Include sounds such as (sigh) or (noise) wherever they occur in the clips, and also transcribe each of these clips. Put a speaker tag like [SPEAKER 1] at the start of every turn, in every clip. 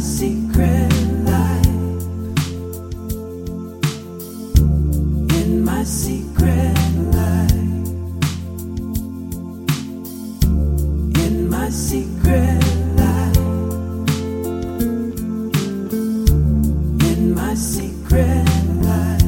[SPEAKER 1] secret life. In my secret life. In my secret life. In my secret life.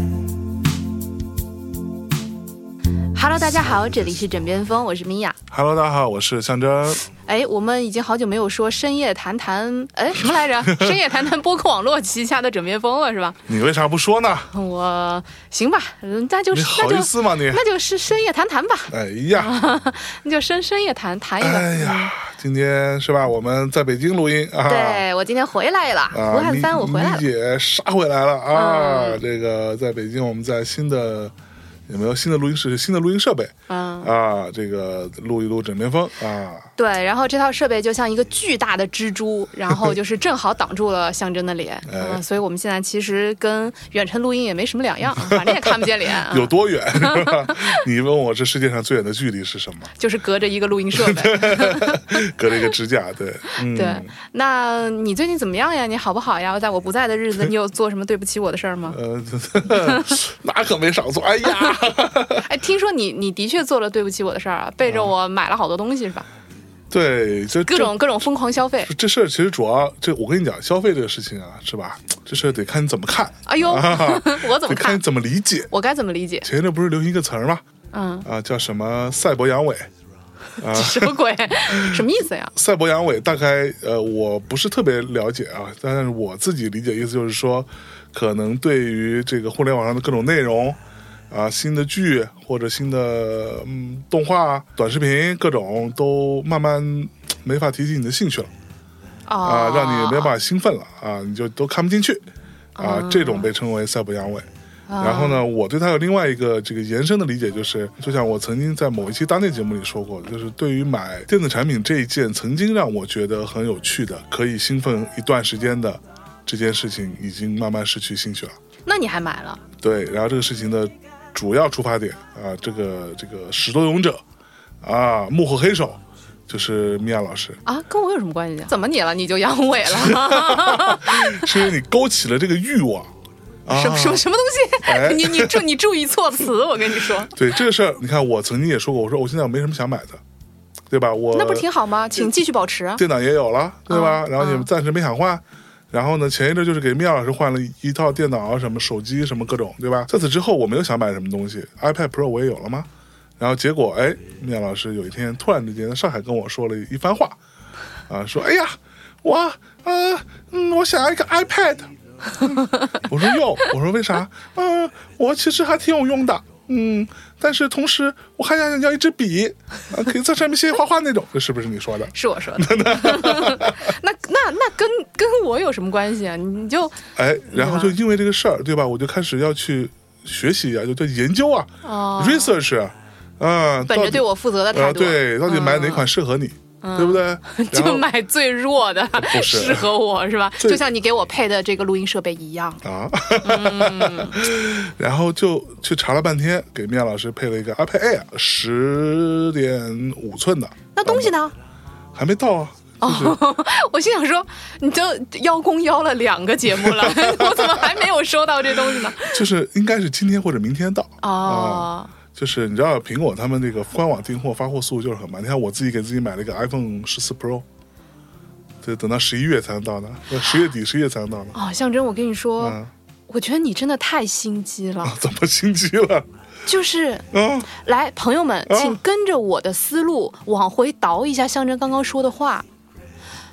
[SPEAKER 2] Hello，大家好，这里是枕边风，我是米娅。
[SPEAKER 3] Hello，大家好，我是象征。
[SPEAKER 2] 哎，我们已经好久没有说深夜谈谈，
[SPEAKER 3] (laughs)
[SPEAKER 2] 哎，什么来着？深夜谈谈播客网络旗下的枕边风了，是吧？
[SPEAKER 3] 你为啥不说呢？
[SPEAKER 2] 我行吧，嗯，那就
[SPEAKER 3] 你
[SPEAKER 2] 那
[SPEAKER 3] 好意
[SPEAKER 2] 就
[SPEAKER 3] 思吗你？
[SPEAKER 2] 那就是深夜谈谈吧， (laughs)
[SPEAKER 3] 哎呀，
[SPEAKER 2] 那就深深夜谈谈一个。
[SPEAKER 3] 哎呀，今天是吧？我们在北京录音啊。
[SPEAKER 2] 对我今天回来了，
[SPEAKER 3] 啊，
[SPEAKER 2] 武汉
[SPEAKER 3] 李
[SPEAKER 2] 三我回来了嗯
[SPEAKER 3] 李。姐杀回来了啊！这个在北京，我们在新的有没有新的录音室、新的录音设备、
[SPEAKER 2] 嗯，
[SPEAKER 3] 啊？这个录一录枕边风啊，
[SPEAKER 2] 对，然后这套设备就像一个巨大的蜘
[SPEAKER 3] (laughs)
[SPEAKER 2] 蛛，然后就是正好挡住了象征的脸，
[SPEAKER 3] 哎
[SPEAKER 2] 嗯，所以我们现在其实跟远程录音也没什么两
[SPEAKER 3] (laughs)
[SPEAKER 2] 样，反正也看不见脸啊，
[SPEAKER 3] 有多
[SPEAKER 2] (laughs)
[SPEAKER 3] 远？ (laughs) 是吧？你问我这世界上最远的距离是什么？
[SPEAKER 2] 就是隔着一个录音设备。
[SPEAKER 3] 隔了一个支架，对，嗯，？
[SPEAKER 2] (laughs) 对，那你最近怎么样呀？你好不好呀？在我不在的日子，你有做什么对不起我的事儿吗
[SPEAKER 3] 呃， (laughs) 那可没少做。哎呀， (laughs)
[SPEAKER 2] 哎，听说你你的确做了对不起我的事儿啊，背着我买了好多东西是吧？
[SPEAKER 3] 对，就
[SPEAKER 2] 各种各种疯狂消费。
[SPEAKER 3] 这事儿其实主要这，我跟你讲，消费这个事情啊，是吧？这事儿得看你怎么看，
[SPEAKER 2] 哎呦，
[SPEAKER 3] 啊
[SPEAKER 2] 我 (laughs) 怎么
[SPEAKER 3] 得看
[SPEAKER 2] 看
[SPEAKER 3] 你？怎么理解。
[SPEAKER 2] 我该怎么理解？
[SPEAKER 3] 前一阵不是流行一个词儿吗？
[SPEAKER 2] 嗯，
[SPEAKER 3] 啊，叫什么“赛博阳痿”？啊
[SPEAKER 2] 什么鬼？什么意思呀？
[SPEAKER 3] 赛博阳痿大概呃，我不是特别了解啊，但是我自己理解意思就是说，可能对于这个互联网上的各种内容。啊，新的剧或者新的嗯动画、短视频，各种都慢慢没法提起你的兴趣了。 (laughs) 啊
[SPEAKER 2] 哦，，
[SPEAKER 3] 让你没办法兴奋了啊，你就都看不进去啊，这种被称为赛博阳痿。然后呢，我对它有另外一个这个延伸的理解，就是就像我曾经在某一期搭内节目里说过的，就是对于买电子产品这一件曾经让我觉得很有趣的、可以兴奋一段时间的这件事情，已经慢慢失去兴趣了。
[SPEAKER 2] 哦那你还买了？
[SPEAKER 3] 对，然后这个事情的主要出发点啊，这个这个始作俑者啊，幕后黑手就是米娅老师。
[SPEAKER 2] 啊，跟我有什么关系啊？怎么你了？你就阳痿了？ (laughs)
[SPEAKER 3] 是因为你勾起了这个欲望。啊
[SPEAKER 2] 什么什么什么
[SPEAKER 3] 哎哦
[SPEAKER 2] 东西？你你注你注意措辞，我跟你说，
[SPEAKER 3] 对这个事儿，你看我曾经也说过，我说我现在我没什么想买的，对吧？我
[SPEAKER 2] 那不是挺好吗？请继续保持啊。
[SPEAKER 3] 电脑也有了，对吧？
[SPEAKER 2] 嗯
[SPEAKER 3] 然后也
[SPEAKER 2] 嗯
[SPEAKER 3] 暂时没想换。然后呢，前一阵就是给妙老师换了一套电脑，啊什么手机，什么各种，对吧？在此之后，我没有想买什么东西，iPad Pro 我也有了吗？然后结果，哎，妙老师有一天突然之间在上海跟我说了一番话，啊，说，哎呀，我，呃，嗯，我想要一个 iPad。我说哟，我说为啥？嗯、我其实还挺有用的，嗯，但是同时我还想要一支笔，啊，可以在上面写写画画那种，这是不是你说的？
[SPEAKER 2] 是我说的， (laughs) 那那那跟跟我有什么关系啊？你就
[SPEAKER 3] 哎，然后
[SPEAKER 2] 对
[SPEAKER 3] 就
[SPEAKER 2] 吧
[SPEAKER 3] 因为这个事儿，对吧？我就开始要去学习啊，就对研究啊、
[SPEAKER 2] 哦
[SPEAKER 3] r e s e a r c h 啊，嗯，
[SPEAKER 2] 本
[SPEAKER 3] 到
[SPEAKER 2] 着
[SPEAKER 3] 底
[SPEAKER 2] 对我负责的态
[SPEAKER 3] 呃，
[SPEAKER 2] 度，啊嗯
[SPEAKER 3] 对，到底买哪款适合你，对不对？
[SPEAKER 2] (laughs)
[SPEAKER 3] 然
[SPEAKER 2] 就
[SPEAKER 3] 后
[SPEAKER 2] 买最弱的，(laughs)
[SPEAKER 3] 是
[SPEAKER 2] 适合我是吧？
[SPEAKER 3] 最
[SPEAKER 2] 就像你给我配的这个录音设备一样。
[SPEAKER 3] 啊，然后就去查了半天，给面老师配了一个 iPad Air 哎十点五寸的，
[SPEAKER 2] 那东西呢？
[SPEAKER 3] 还
[SPEAKER 2] (laughs)
[SPEAKER 3] 没到啊。就是
[SPEAKER 2] 我心想说，你都邀功邀了两个节目了， (laughs) 我怎么还没有收到这东西呢？
[SPEAKER 3] 就是应该是今天或者明天到 (laughs) 啊
[SPEAKER 2] 哦，
[SPEAKER 3] 就是你知道苹果他们那个官网订货发货速度就是很慢，你看我自己给自己买了一个 iPhone 十四 Pro，这等到十一月才能到呢，呃十月底十一月才能到呢，
[SPEAKER 2] 哦，象征，我跟你说，
[SPEAKER 3] 嗯
[SPEAKER 2] 我觉得你真的太心机了，
[SPEAKER 3] 啊，怎么心机了
[SPEAKER 2] 就是
[SPEAKER 3] 啊？
[SPEAKER 2] 来，朋友们，
[SPEAKER 3] 啊
[SPEAKER 2] 请跟着我的思路往回倒一下象征刚刚说的话。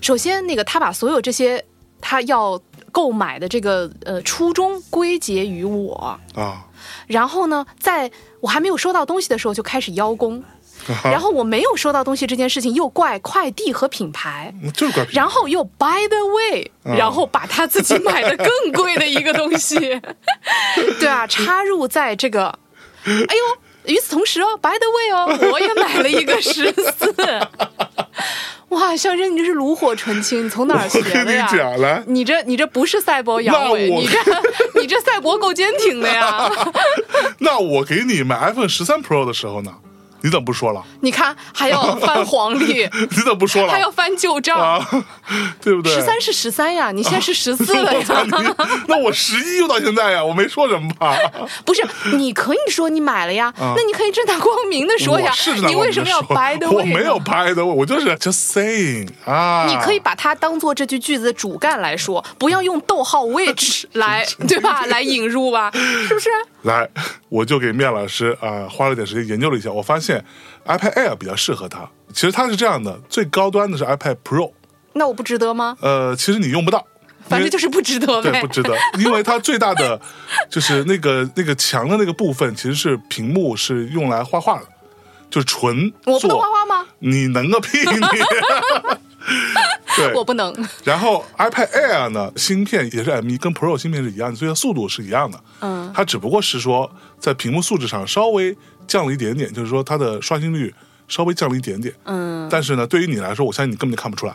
[SPEAKER 2] 首先，那个他把所有这些他要购买的这个呃初衷归结于我，
[SPEAKER 3] 啊，
[SPEAKER 2] 然后呢，在我还没有收到东西的时候就开始邀功，然后我没有收到东西这件事情又怪快递和品牌。
[SPEAKER 3] 就是怪
[SPEAKER 2] 然后又 by the way，、
[SPEAKER 3] 嗯
[SPEAKER 2] 然后把他自己买的更贵的一个东
[SPEAKER 3] (laughs)
[SPEAKER 2] 西，对啊，插入在这个，哎呦，与此同时哦，by the way 哦，我也买了一个十
[SPEAKER 3] (laughs)
[SPEAKER 2] 四，哇，象征你这是炉火纯青，你从哪儿学
[SPEAKER 3] 我跟
[SPEAKER 2] 的
[SPEAKER 3] 你
[SPEAKER 2] 呀？
[SPEAKER 3] 讲了，
[SPEAKER 2] 你这你这不是赛博阳痿，
[SPEAKER 3] 那我
[SPEAKER 2] 你这
[SPEAKER 3] (laughs)
[SPEAKER 2] 你这赛博够坚挺的呀！
[SPEAKER 3] 那我给你买 iPhone 十三 Pro 的时候呢，你怎么不说了？
[SPEAKER 2] 你看还要翻黄
[SPEAKER 3] (laughs)
[SPEAKER 2] 历，
[SPEAKER 3] 你怎么不说了？
[SPEAKER 2] 还要翻旧账。
[SPEAKER 3] 啊，对不对？
[SPEAKER 2] 十三是十三呀，你现在是十四了
[SPEAKER 3] (laughs) 我操
[SPEAKER 2] 呀
[SPEAKER 3] 你！那我十一又到现在呀，我没说什么吧？
[SPEAKER 2] 不是，你可以说你买
[SPEAKER 3] (laughs)
[SPEAKER 2] 了呀，那你可以正大光明的 (laughs) 说呀
[SPEAKER 3] 啊我是，
[SPEAKER 2] 你为什么要白的？
[SPEAKER 3] 我没有。白的，我就是 just saying 啊。
[SPEAKER 2] 你可以把它当做这句句子的主干来说，不要用逗号
[SPEAKER 3] (laughs)
[SPEAKER 2] which 来，对吧？来引入吧，是不是？
[SPEAKER 3] 来，我就给面老师啊、花了点时间研究了一下，我发现 iPad Air 比较适合他。其实它是这样的，最高端的是 iPad Pro，
[SPEAKER 2] 那我不值得吗？
[SPEAKER 3] 呃，其实你用不到，。
[SPEAKER 2] 反正就是是不值得
[SPEAKER 3] 对，
[SPEAKER 2] 呗
[SPEAKER 3] 不。值得，因为它最大的
[SPEAKER 2] (laughs)
[SPEAKER 3] 就是那个那个墙的那个部分，其实是屏幕是用来画画的，就是纯
[SPEAKER 2] 我不能
[SPEAKER 3] 做
[SPEAKER 2] 画画吗？
[SPEAKER 3] 你能个屁你！ (laughs) 对，
[SPEAKER 2] 我不能。
[SPEAKER 3] 然后 iPad Air 呢，芯片也是 M1，跟 Pro 芯片是一样的，所以它速度是一样的。
[SPEAKER 2] 嗯，
[SPEAKER 3] 它只不过是说在屏幕素质上稍微降了一点点，就是说它的刷新率稍微降了一点点。
[SPEAKER 2] 嗯，
[SPEAKER 3] 但是呢，对于你来说，我相信你根本就看不
[SPEAKER 2] (laughs)
[SPEAKER 3] 出来，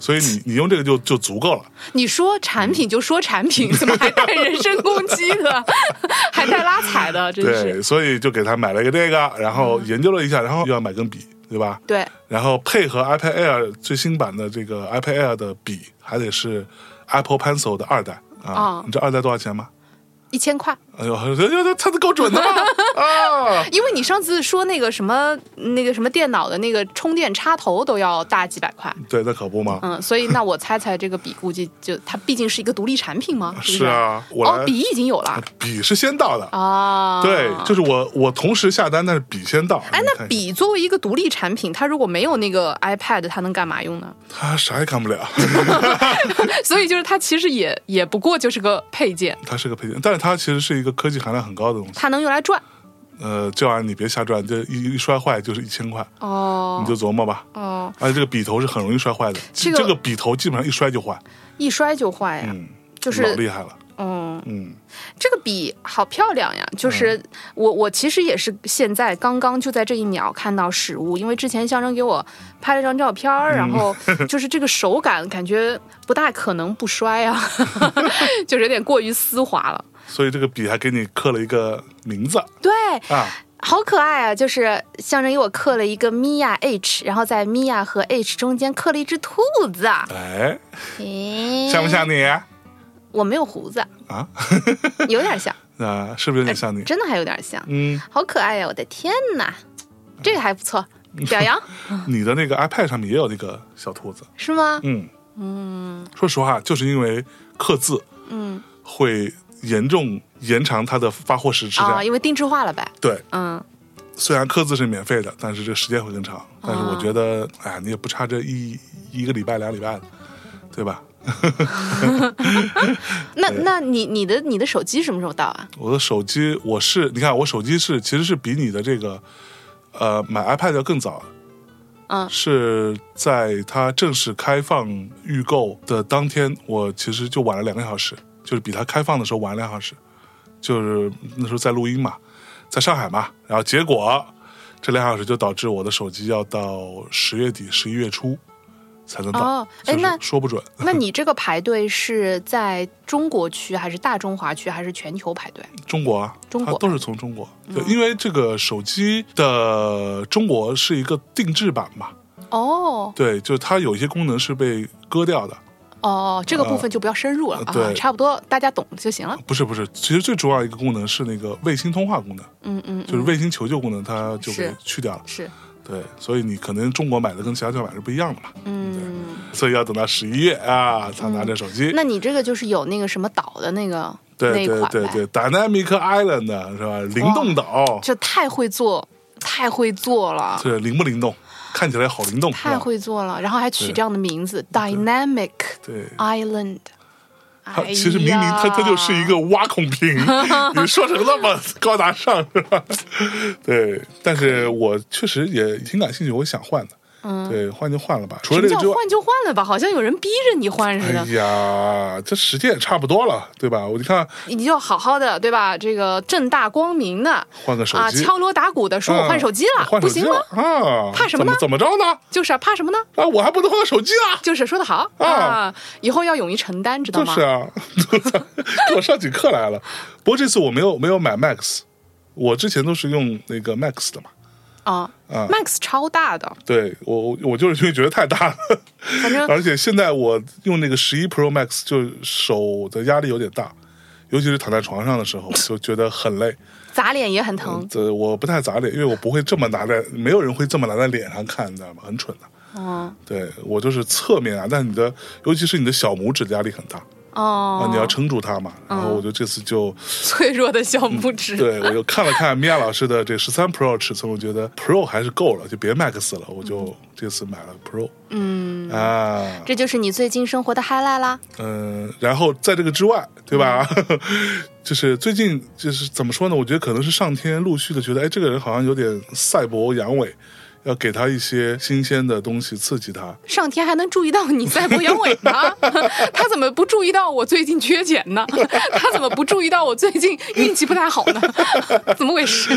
[SPEAKER 3] 所以你你用这个就就足够了。
[SPEAKER 2] 你说产品就说产品，怎么还带人身攻击的， (laughs) 还带拉踩的，真是
[SPEAKER 3] 对，所以就给他买了一个这个，然后研究了一下，然后又要买根笔，对吧？
[SPEAKER 2] 对。
[SPEAKER 3] 然后配合 iPad Air 最新版的这个 iPad Air 的笔，还得是 Apple Pencil 的二代啊。
[SPEAKER 2] 哦
[SPEAKER 3] 你知道二代多少钱吗？
[SPEAKER 2] 一千块。
[SPEAKER 3] 哎呦，他都够准
[SPEAKER 2] (laughs)
[SPEAKER 3] 的嘛啊！
[SPEAKER 2] 因为你上次说那个什么那个什么电脑的那个充电插头都要大几百块，
[SPEAKER 3] 对，那可不嘛。
[SPEAKER 2] 嗯，所以那我猜猜这个笔估计就它毕竟是一个独立产品
[SPEAKER 3] (laughs)
[SPEAKER 2] 嘛，是不
[SPEAKER 3] 是啊，我来、
[SPEAKER 2] 嗯哦，笔已经有了
[SPEAKER 3] 笔是先到的。
[SPEAKER 2] 啊，
[SPEAKER 3] 对，就是我我同时下单，但是笔先到。
[SPEAKER 2] 哎，
[SPEAKER 3] 你
[SPEAKER 2] 那
[SPEAKER 3] 看
[SPEAKER 2] 笔作为一个独立产品，它如果没有那个 iPad，它能干嘛用呢？ (laughs)
[SPEAKER 3] 他啥也干不了， (laughs)
[SPEAKER 2] 所以就是它其实也也不过就是个配件，
[SPEAKER 3] 他是个配件，但是它其实是一个科技含量很高的东西。
[SPEAKER 2] 它能用来转
[SPEAKER 3] 呃，这玩意儿你别瞎转，这一一摔坏就是一千块，
[SPEAKER 2] 哦
[SPEAKER 3] 你就琢磨吧。
[SPEAKER 2] 哦，
[SPEAKER 3] 而且这个笔头是很容易摔坏的，
[SPEAKER 2] 这个
[SPEAKER 3] 这个笔头基本上一摔就坏，
[SPEAKER 2] 一摔就坏呀，
[SPEAKER 3] 嗯，
[SPEAKER 2] 就
[SPEAKER 3] 老
[SPEAKER 2] 是
[SPEAKER 3] 厉害了，
[SPEAKER 2] 嗯。
[SPEAKER 3] 嗯，
[SPEAKER 2] 这个笔好漂亮呀！就是、我我其实也是现在刚刚就在这一秒看到实物，因为之前象征给我拍了张照片儿，
[SPEAKER 3] 嗯
[SPEAKER 2] 然后就是这个手感感觉不大可能不摔啊， (laughs) 就是有点过于丝滑了。
[SPEAKER 3] 所以这个笔还给你刻了一个名字
[SPEAKER 2] 对，
[SPEAKER 3] 啊，
[SPEAKER 2] 好可爱啊！就是象征给我刻了一个米娅 H，然后在米娅和 H 中间刻了一只兔子啊，
[SPEAKER 3] 哎，
[SPEAKER 2] 咦
[SPEAKER 3] 像不？像你
[SPEAKER 2] 我没有胡子，
[SPEAKER 3] 啊？
[SPEAKER 2] 有点像，
[SPEAKER 3] 啊，是不是有点像你？
[SPEAKER 2] 真的还有点像，
[SPEAKER 3] 嗯，
[SPEAKER 2] 好可爱呀、我的天哪，这个还不错，
[SPEAKER 3] 嗯
[SPEAKER 2] 表
[SPEAKER 3] (laughs)
[SPEAKER 2] 扬。
[SPEAKER 3] 你的那个 iPad 上面也有那个小兔子，
[SPEAKER 2] 是吗？
[SPEAKER 3] 嗯嗯，说实话，就是因为刻字，
[SPEAKER 2] 嗯
[SPEAKER 3] 会严重延长它的发货时质
[SPEAKER 2] 啊，
[SPEAKER 3] 量。
[SPEAKER 2] 因为定制化了呗。
[SPEAKER 3] 对，
[SPEAKER 2] 嗯，
[SPEAKER 3] 虽然刻字是免费的，但是这个时间会更长。但是我觉得，哎呀，你也不差这一一个礼拜、俩礼拜的，对吧？
[SPEAKER 2] 那那你你的你的手机什么时候到啊？
[SPEAKER 3] 我的手机，我是你看，我手机是其实是比你的这个，呃，买 iPad 要更早的，
[SPEAKER 2] 嗯
[SPEAKER 3] 是在它正式开放预购的当天，我其实就晚了两个小时，就是比它开放的时候晚了两个小时，就是那时候在录音嘛，在上海嘛，然后结果这两小时就导致我的手机要到十月底、十一月初才能到，
[SPEAKER 2] 哦哎
[SPEAKER 3] 就是
[SPEAKER 2] 那
[SPEAKER 3] 说不准，
[SPEAKER 2] 那你这个排队是在中国区还是大中华区还是全球排
[SPEAKER 3] (laughs)
[SPEAKER 2] 队？
[SPEAKER 3] 中国啊，
[SPEAKER 2] 中国嗯
[SPEAKER 3] 它都是从中国，对，因为这个手机的中国是一个定制版嘛，
[SPEAKER 2] 哦
[SPEAKER 3] 对，就它有一些功能是被割掉的，
[SPEAKER 2] 哦，这个部分就不要深入了
[SPEAKER 3] 呃
[SPEAKER 2] 啊
[SPEAKER 3] 对，
[SPEAKER 2] 差不多大家懂就行了。
[SPEAKER 3] 不是不是，其实最主要一个功能是那个卫星通话功能，
[SPEAKER 2] 嗯嗯，
[SPEAKER 3] 就是卫星求救功能，它就给
[SPEAKER 2] 是
[SPEAKER 3] 去掉了，
[SPEAKER 2] 是
[SPEAKER 3] 对，所以你可能中国买的跟其他地方买是不一样的嘛，
[SPEAKER 2] 嗯，
[SPEAKER 3] 所以要等到十一月啊才拿着手机，
[SPEAKER 2] 那你这个就是有那个什么岛的那个那
[SPEAKER 3] 对
[SPEAKER 2] 一
[SPEAKER 3] 对
[SPEAKER 2] 款
[SPEAKER 3] 对
[SPEAKER 2] 呗，
[SPEAKER 3] 对，Dynamic Island 是吧？灵动岛，
[SPEAKER 2] 就太会做，太会做了。
[SPEAKER 3] 对，灵不灵动？看起来好灵动，是
[SPEAKER 2] 太
[SPEAKER 3] 吧
[SPEAKER 2] 会做了，然后还取
[SPEAKER 3] 对
[SPEAKER 2] 这样的名字，Dynamic
[SPEAKER 3] 对
[SPEAKER 2] Island。
[SPEAKER 3] 它
[SPEAKER 2] 哎
[SPEAKER 3] (laughs) 其实明明它它就是一
[SPEAKER 2] 呀
[SPEAKER 3] 个挖孔
[SPEAKER 2] (laughs)
[SPEAKER 3] 屏，你说成那么高大上是吧？ (laughs) 对，但是我确实也挺感兴趣，我想换的，
[SPEAKER 2] 嗯
[SPEAKER 3] 对，换就换了吧。除
[SPEAKER 2] 什
[SPEAKER 3] 了
[SPEAKER 2] 么
[SPEAKER 3] 这个
[SPEAKER 2] 叫
[SPEAKER 3] 之外，
[SPEAKER 2] 换就换了吧？好像有人逼着你换似
[SPEAKER 3] 哎
[SPEAKER 2] 的，
[SPEAKER 3] 呀，这时间也差不多了，对吧？我就看
[SPEAKER 2] 你就好好的对吧？这个正大光明的
[SPEAKER 3] 换个手
[SPEAKER 2] 啊，
[SPEAKER 3] 机，
[SPEAKER 2] 敲锣打鼓的说我
[SPEAKER 3] 啊
[SPEAKER 2] 换手机了，
[SPEAKER 3] 换
[SPEAKER 2] 不
[SPEAKER 3] 手机
[SPEAKER 2] 行吗
[SPEAKER 3] 了？啊，
[SPEAKER 2] 怕什么呢
[SPEAKER 3] 怎么怎么着呢？
[SPEAKER 2] 就是啊，怕什么呢？
[SPEAKER 3] 啊，我还不能换个手机啦？
[SPEAKER 2] 就是说的好
[SPEAKER 3] 啊
[SPEAKER 2] 啊，以后要勇于承担，知道
[SPEAKER 3] 就
[SPEAKER 2] 吗
[SPEAKER 3] 是？啊， (laughs) 给我上起课来了。不过这次我没有没有买 Max，我之前都是用那个 Max 的嘛。
[SPEAKER 2] 啊、
[SPEAKER 3] 啊
[SPEAKER 2] m a x 超大的，
[SPEAKER 3] 对我我我就是因为觉得太大了，
[SPEAKER 2] 反 (laughs) 正
[SPEAKER 3] 而且现在我用那个十一 Pro Max 就手的压力有点大，尤其是躺在床上的
[SPEAKER 2] (laughs)
[SPEAKER 3] 时候就觉得很累。
[SPEAKER 2] 砸脸也很疼。
[SPEAKER 3] 这我不太砸脸，因为我不会这么拿在，没有人会这么拿在脸上看，你知道吗？很蠢的。
[SPEAKER 2] 哦
[SPEAKER 3] 对我就是侧面啊，但你的尤其是你的小拇指的压力很大、
[SPEAKER 2] 哦，
[SPEAKER 3] 啊，你要撑住它嘛。然后我就这次就
[SPEAKER 2] 脆弱的小拇指。(laughs)
[SPEAKER 3] 嗯对，我就看了看米娅老师的这十三 Pro 尺寸，我觉得 Pro 还是够了，就别 Max 了，我
[SPEAKER 2] 嗯
[SPEAKER 3] 就这次买了 Pro。嗯啊，
[SPEAKER 2] 这就是你最近生活的 highlight 啦。
[SPEAKER 3] 嗯，然后在这个之外，对吧？ (laughs) 就是最近就是怎么说呢？我觉得可能是上天陆续的觉得，哎，这个人好像有点赛博阳痿，要给他一些新鲜的东西刺激他。
[SPEAKER 2] 上天还能注意到你在博阳痿
[SPEAKER 3] (laughs)
[SPEAKER 2] 呢？他怎么不注意到我最近缺钱呢？他怎么不注意到我最近运气不太好
[SPEAKER 3] (laughs)
[SPEAKER 2] 呢？怎么回事？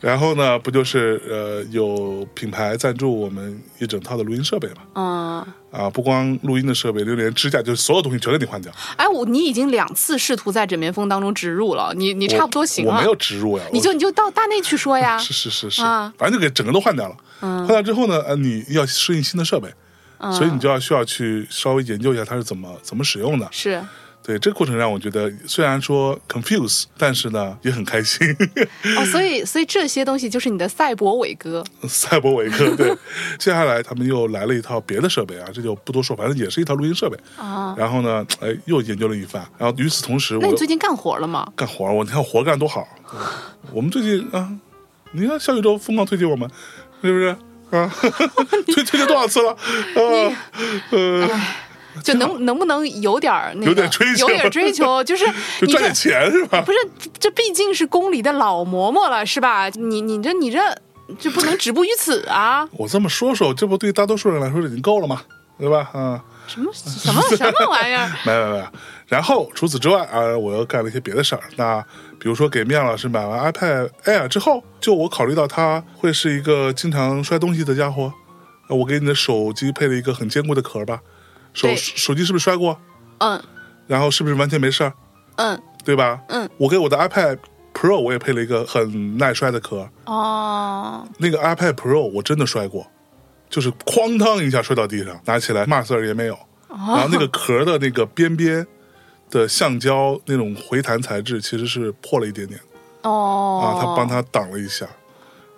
[SPEAKER 3] 然后呢，不就是呃有品牌赞助我们一整套的录音设备嘛？
[SPEAKER 2] 嗯，
[SPEAKER 3] 啊，不光录音的设备，就连支架，就是所有东西全给你换掉。
[SPEAKER 2] 哎，我你已经两次试图在枕边风当中植入了，你你
[SPEAKER 3] 我
[SPEAKER 2] 差不多行
[SPEAKER 3] 我
[SPEAKER 2] 了
[SPEAKER 3] 没，有植入呀，
[SPEAKER 2] 你
[SPEAKER 3] 我
[SPEAKER 2] 就你就到大内去说呀。
[SPEAKER 3] 是是是是，
[SPEAKER 2] 啊嗯
[SPEAKER 3] 反正就给整个都换掉了。换掉之后呢，呃，你要适应新的设备，所以你就要需要去稍微研究一下它是怎么怎么使用的。
[SPEAKER 2] 是，
[SPEAKER 3] 对，这个过程让我觉得虽然说 confuse，但是呢也很开心。 (laughs)
[SPEAKER 2] 哦，所以所以这些东西就是你的赛博伟哥，
[SPEAKER 3] 赛博维
[SPEAKER 2] (laughs)
[SPEAKER 3] 克对，接下来他们又来了一套别的设备啊，这就不多说，反正也是一套录音设备。
[SPEAKER 2] 啊
[SPEAKER 3] 然后呢，哎，又研究了一番。然后与此同时，
[SPEAKER 2] 那
[SPEAKER 3] 我
[SPEAKER 2] 你最近干活了吗？
[SPEAKER 3] 干活儿，我你看活儿干多好。我们最近啊，你看小宇宙疯狂推荐我们，是不是啊？ (laughs) 推推荐多少次了？啊，
[SPEAKER 2] 哎
[SPEAKER 3] 呃，
[SPEAKER 2] 就
[SPEAKER 3] (laughs)
[SPEAKER 2] 能能不能有点儿那个
[SPEAKER 3] 有点追求
[SPEAKER 2] 有点追求，就是
[SPEAKER 3] (laughs) 就
[SPEAKER 2] 你
[SPEAKER 3] 赚
[SPEAKER 2] 这
[SPEAKER 3] 点钱是吧？
[SPEAKER 2] 不是这这毕竟是宫里的老嬷嬷了，是吧？你你这你这这不能止步于此啊！
[SPEAKER 3] 我这么说说，这不对大多数人来说已经够了吗？对吧？啊，
[SPEAKER 2] 什么什么什么玩意儿？
[SPEAKER 3] 没有没有没有。然后除此之外啊，我又干了一些别的事儿。那比如说给面老师买完 iPad Air 之后，就我考虑到他会是一个经常摔东西的家伙，我给你的手机配了一个很坚固的壳儿吧。手
[SPEAKER 2] 对
[SPEAKER 3] 手机是不是摔过？
[SPEAKER 2] 嗯
[SPEAKER 3] 然后是不是完全没事儿，
[SPEAKER 2] 嗯
[SPEAKER 3] 对吧？
[SPEAKER 2] 嗯，
[SPEAKER 3] 我给我的 iPad Pro 我也配了一个很耐摔的壳，
[SPEAKER 2] 哦，
[SPEAKER 3] 那个 iPad Pro 我真的摔过，就是哐当一下摔到地上，拿起来嘛事儿也没有。
[SPEAKER 2] 哦
[SPEAKER 3] 然后那个壳的那个边边的橡胶那种回弹材质其实是破了一点点
[SPEAKER 2] 哦
[SPEAKER 3] 啊，他帮他挡了一下。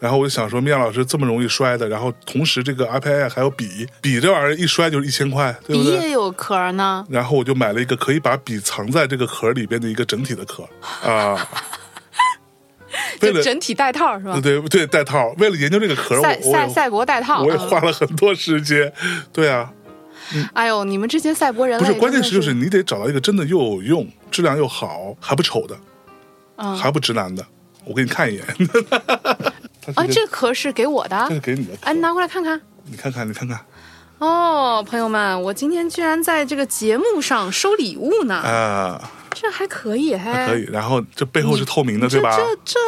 [SPEAKER 3] 然后我就想说，米娅老师这么容易摔的，然后同时这个 iPad Air 还有笔，笔这玩意儿一摔就是一千块，对
[SPEAKER 2] 笔
[SPEAKER 3] 不对？
[SPEAKER 2] 也有壳儿呢，
[SPEAKER 3] 然后我就买了一个可以把笔藏在这个壳里边的一个整体的
[SPEAKER 2] (laughs)
[SPEAKER 3] 壳啊。为
[SPEAKER 2] 就
[SPEAKER 3] 了
[SPEAKER 2] 整体带套是吧？
[SPEAKER 3] 对对带套，为了研究这个壳，我
[SPEAKER 2] 赛赛
[SPEAKER 3] 我
[SPEAKER 2] 赛博带套，
[SPEAKER 3] 也我也
[SPEAKER 2] 嗯
[SPEAKER 3] 花了很多时间。对啊，
[SPEAKER 2] 哎呦，你们这些赛博人
[SPEAKER 3] 不
[SPEAKER 2] 类
[SPEAKER 3] 是关键
[SPEAKER 2] 真
[SPEAKER 3] 是
[SPEAKER 2] 的
[SPEAKER 3] 就是你得找到一个真的又有用、质量又好、还不丑的，
[SPEAKER 2] 嗯
[SPEAKER 3] 还不直男的。我给你看一
[SPEAKER 2] (laughs)
[SPEAKER 3] 眼，它
[SPEAKER 2] 啊，
[SPEAKER 3] 是一个
[SPEAKER 2] 这壳是给我的
[SPEAKER 3] 这，是给你的壳，
[SPEAKER 2] 哎，拿过来看看。
[SPEAKER 3] 你看看，你看看
[SPEAKER 2] 哦，朋友们，我今天居然在这个节目上收礼物呢，
[SPEAKER 3] 啊，
[SPEAKER 2] 这还可以，还
[SPEAKER 3] 可以。然后这背后是透明的，
[SPEAKER 2] 这
[SPEAKER 3] 对吧？
[SPEAKER 2] 这这，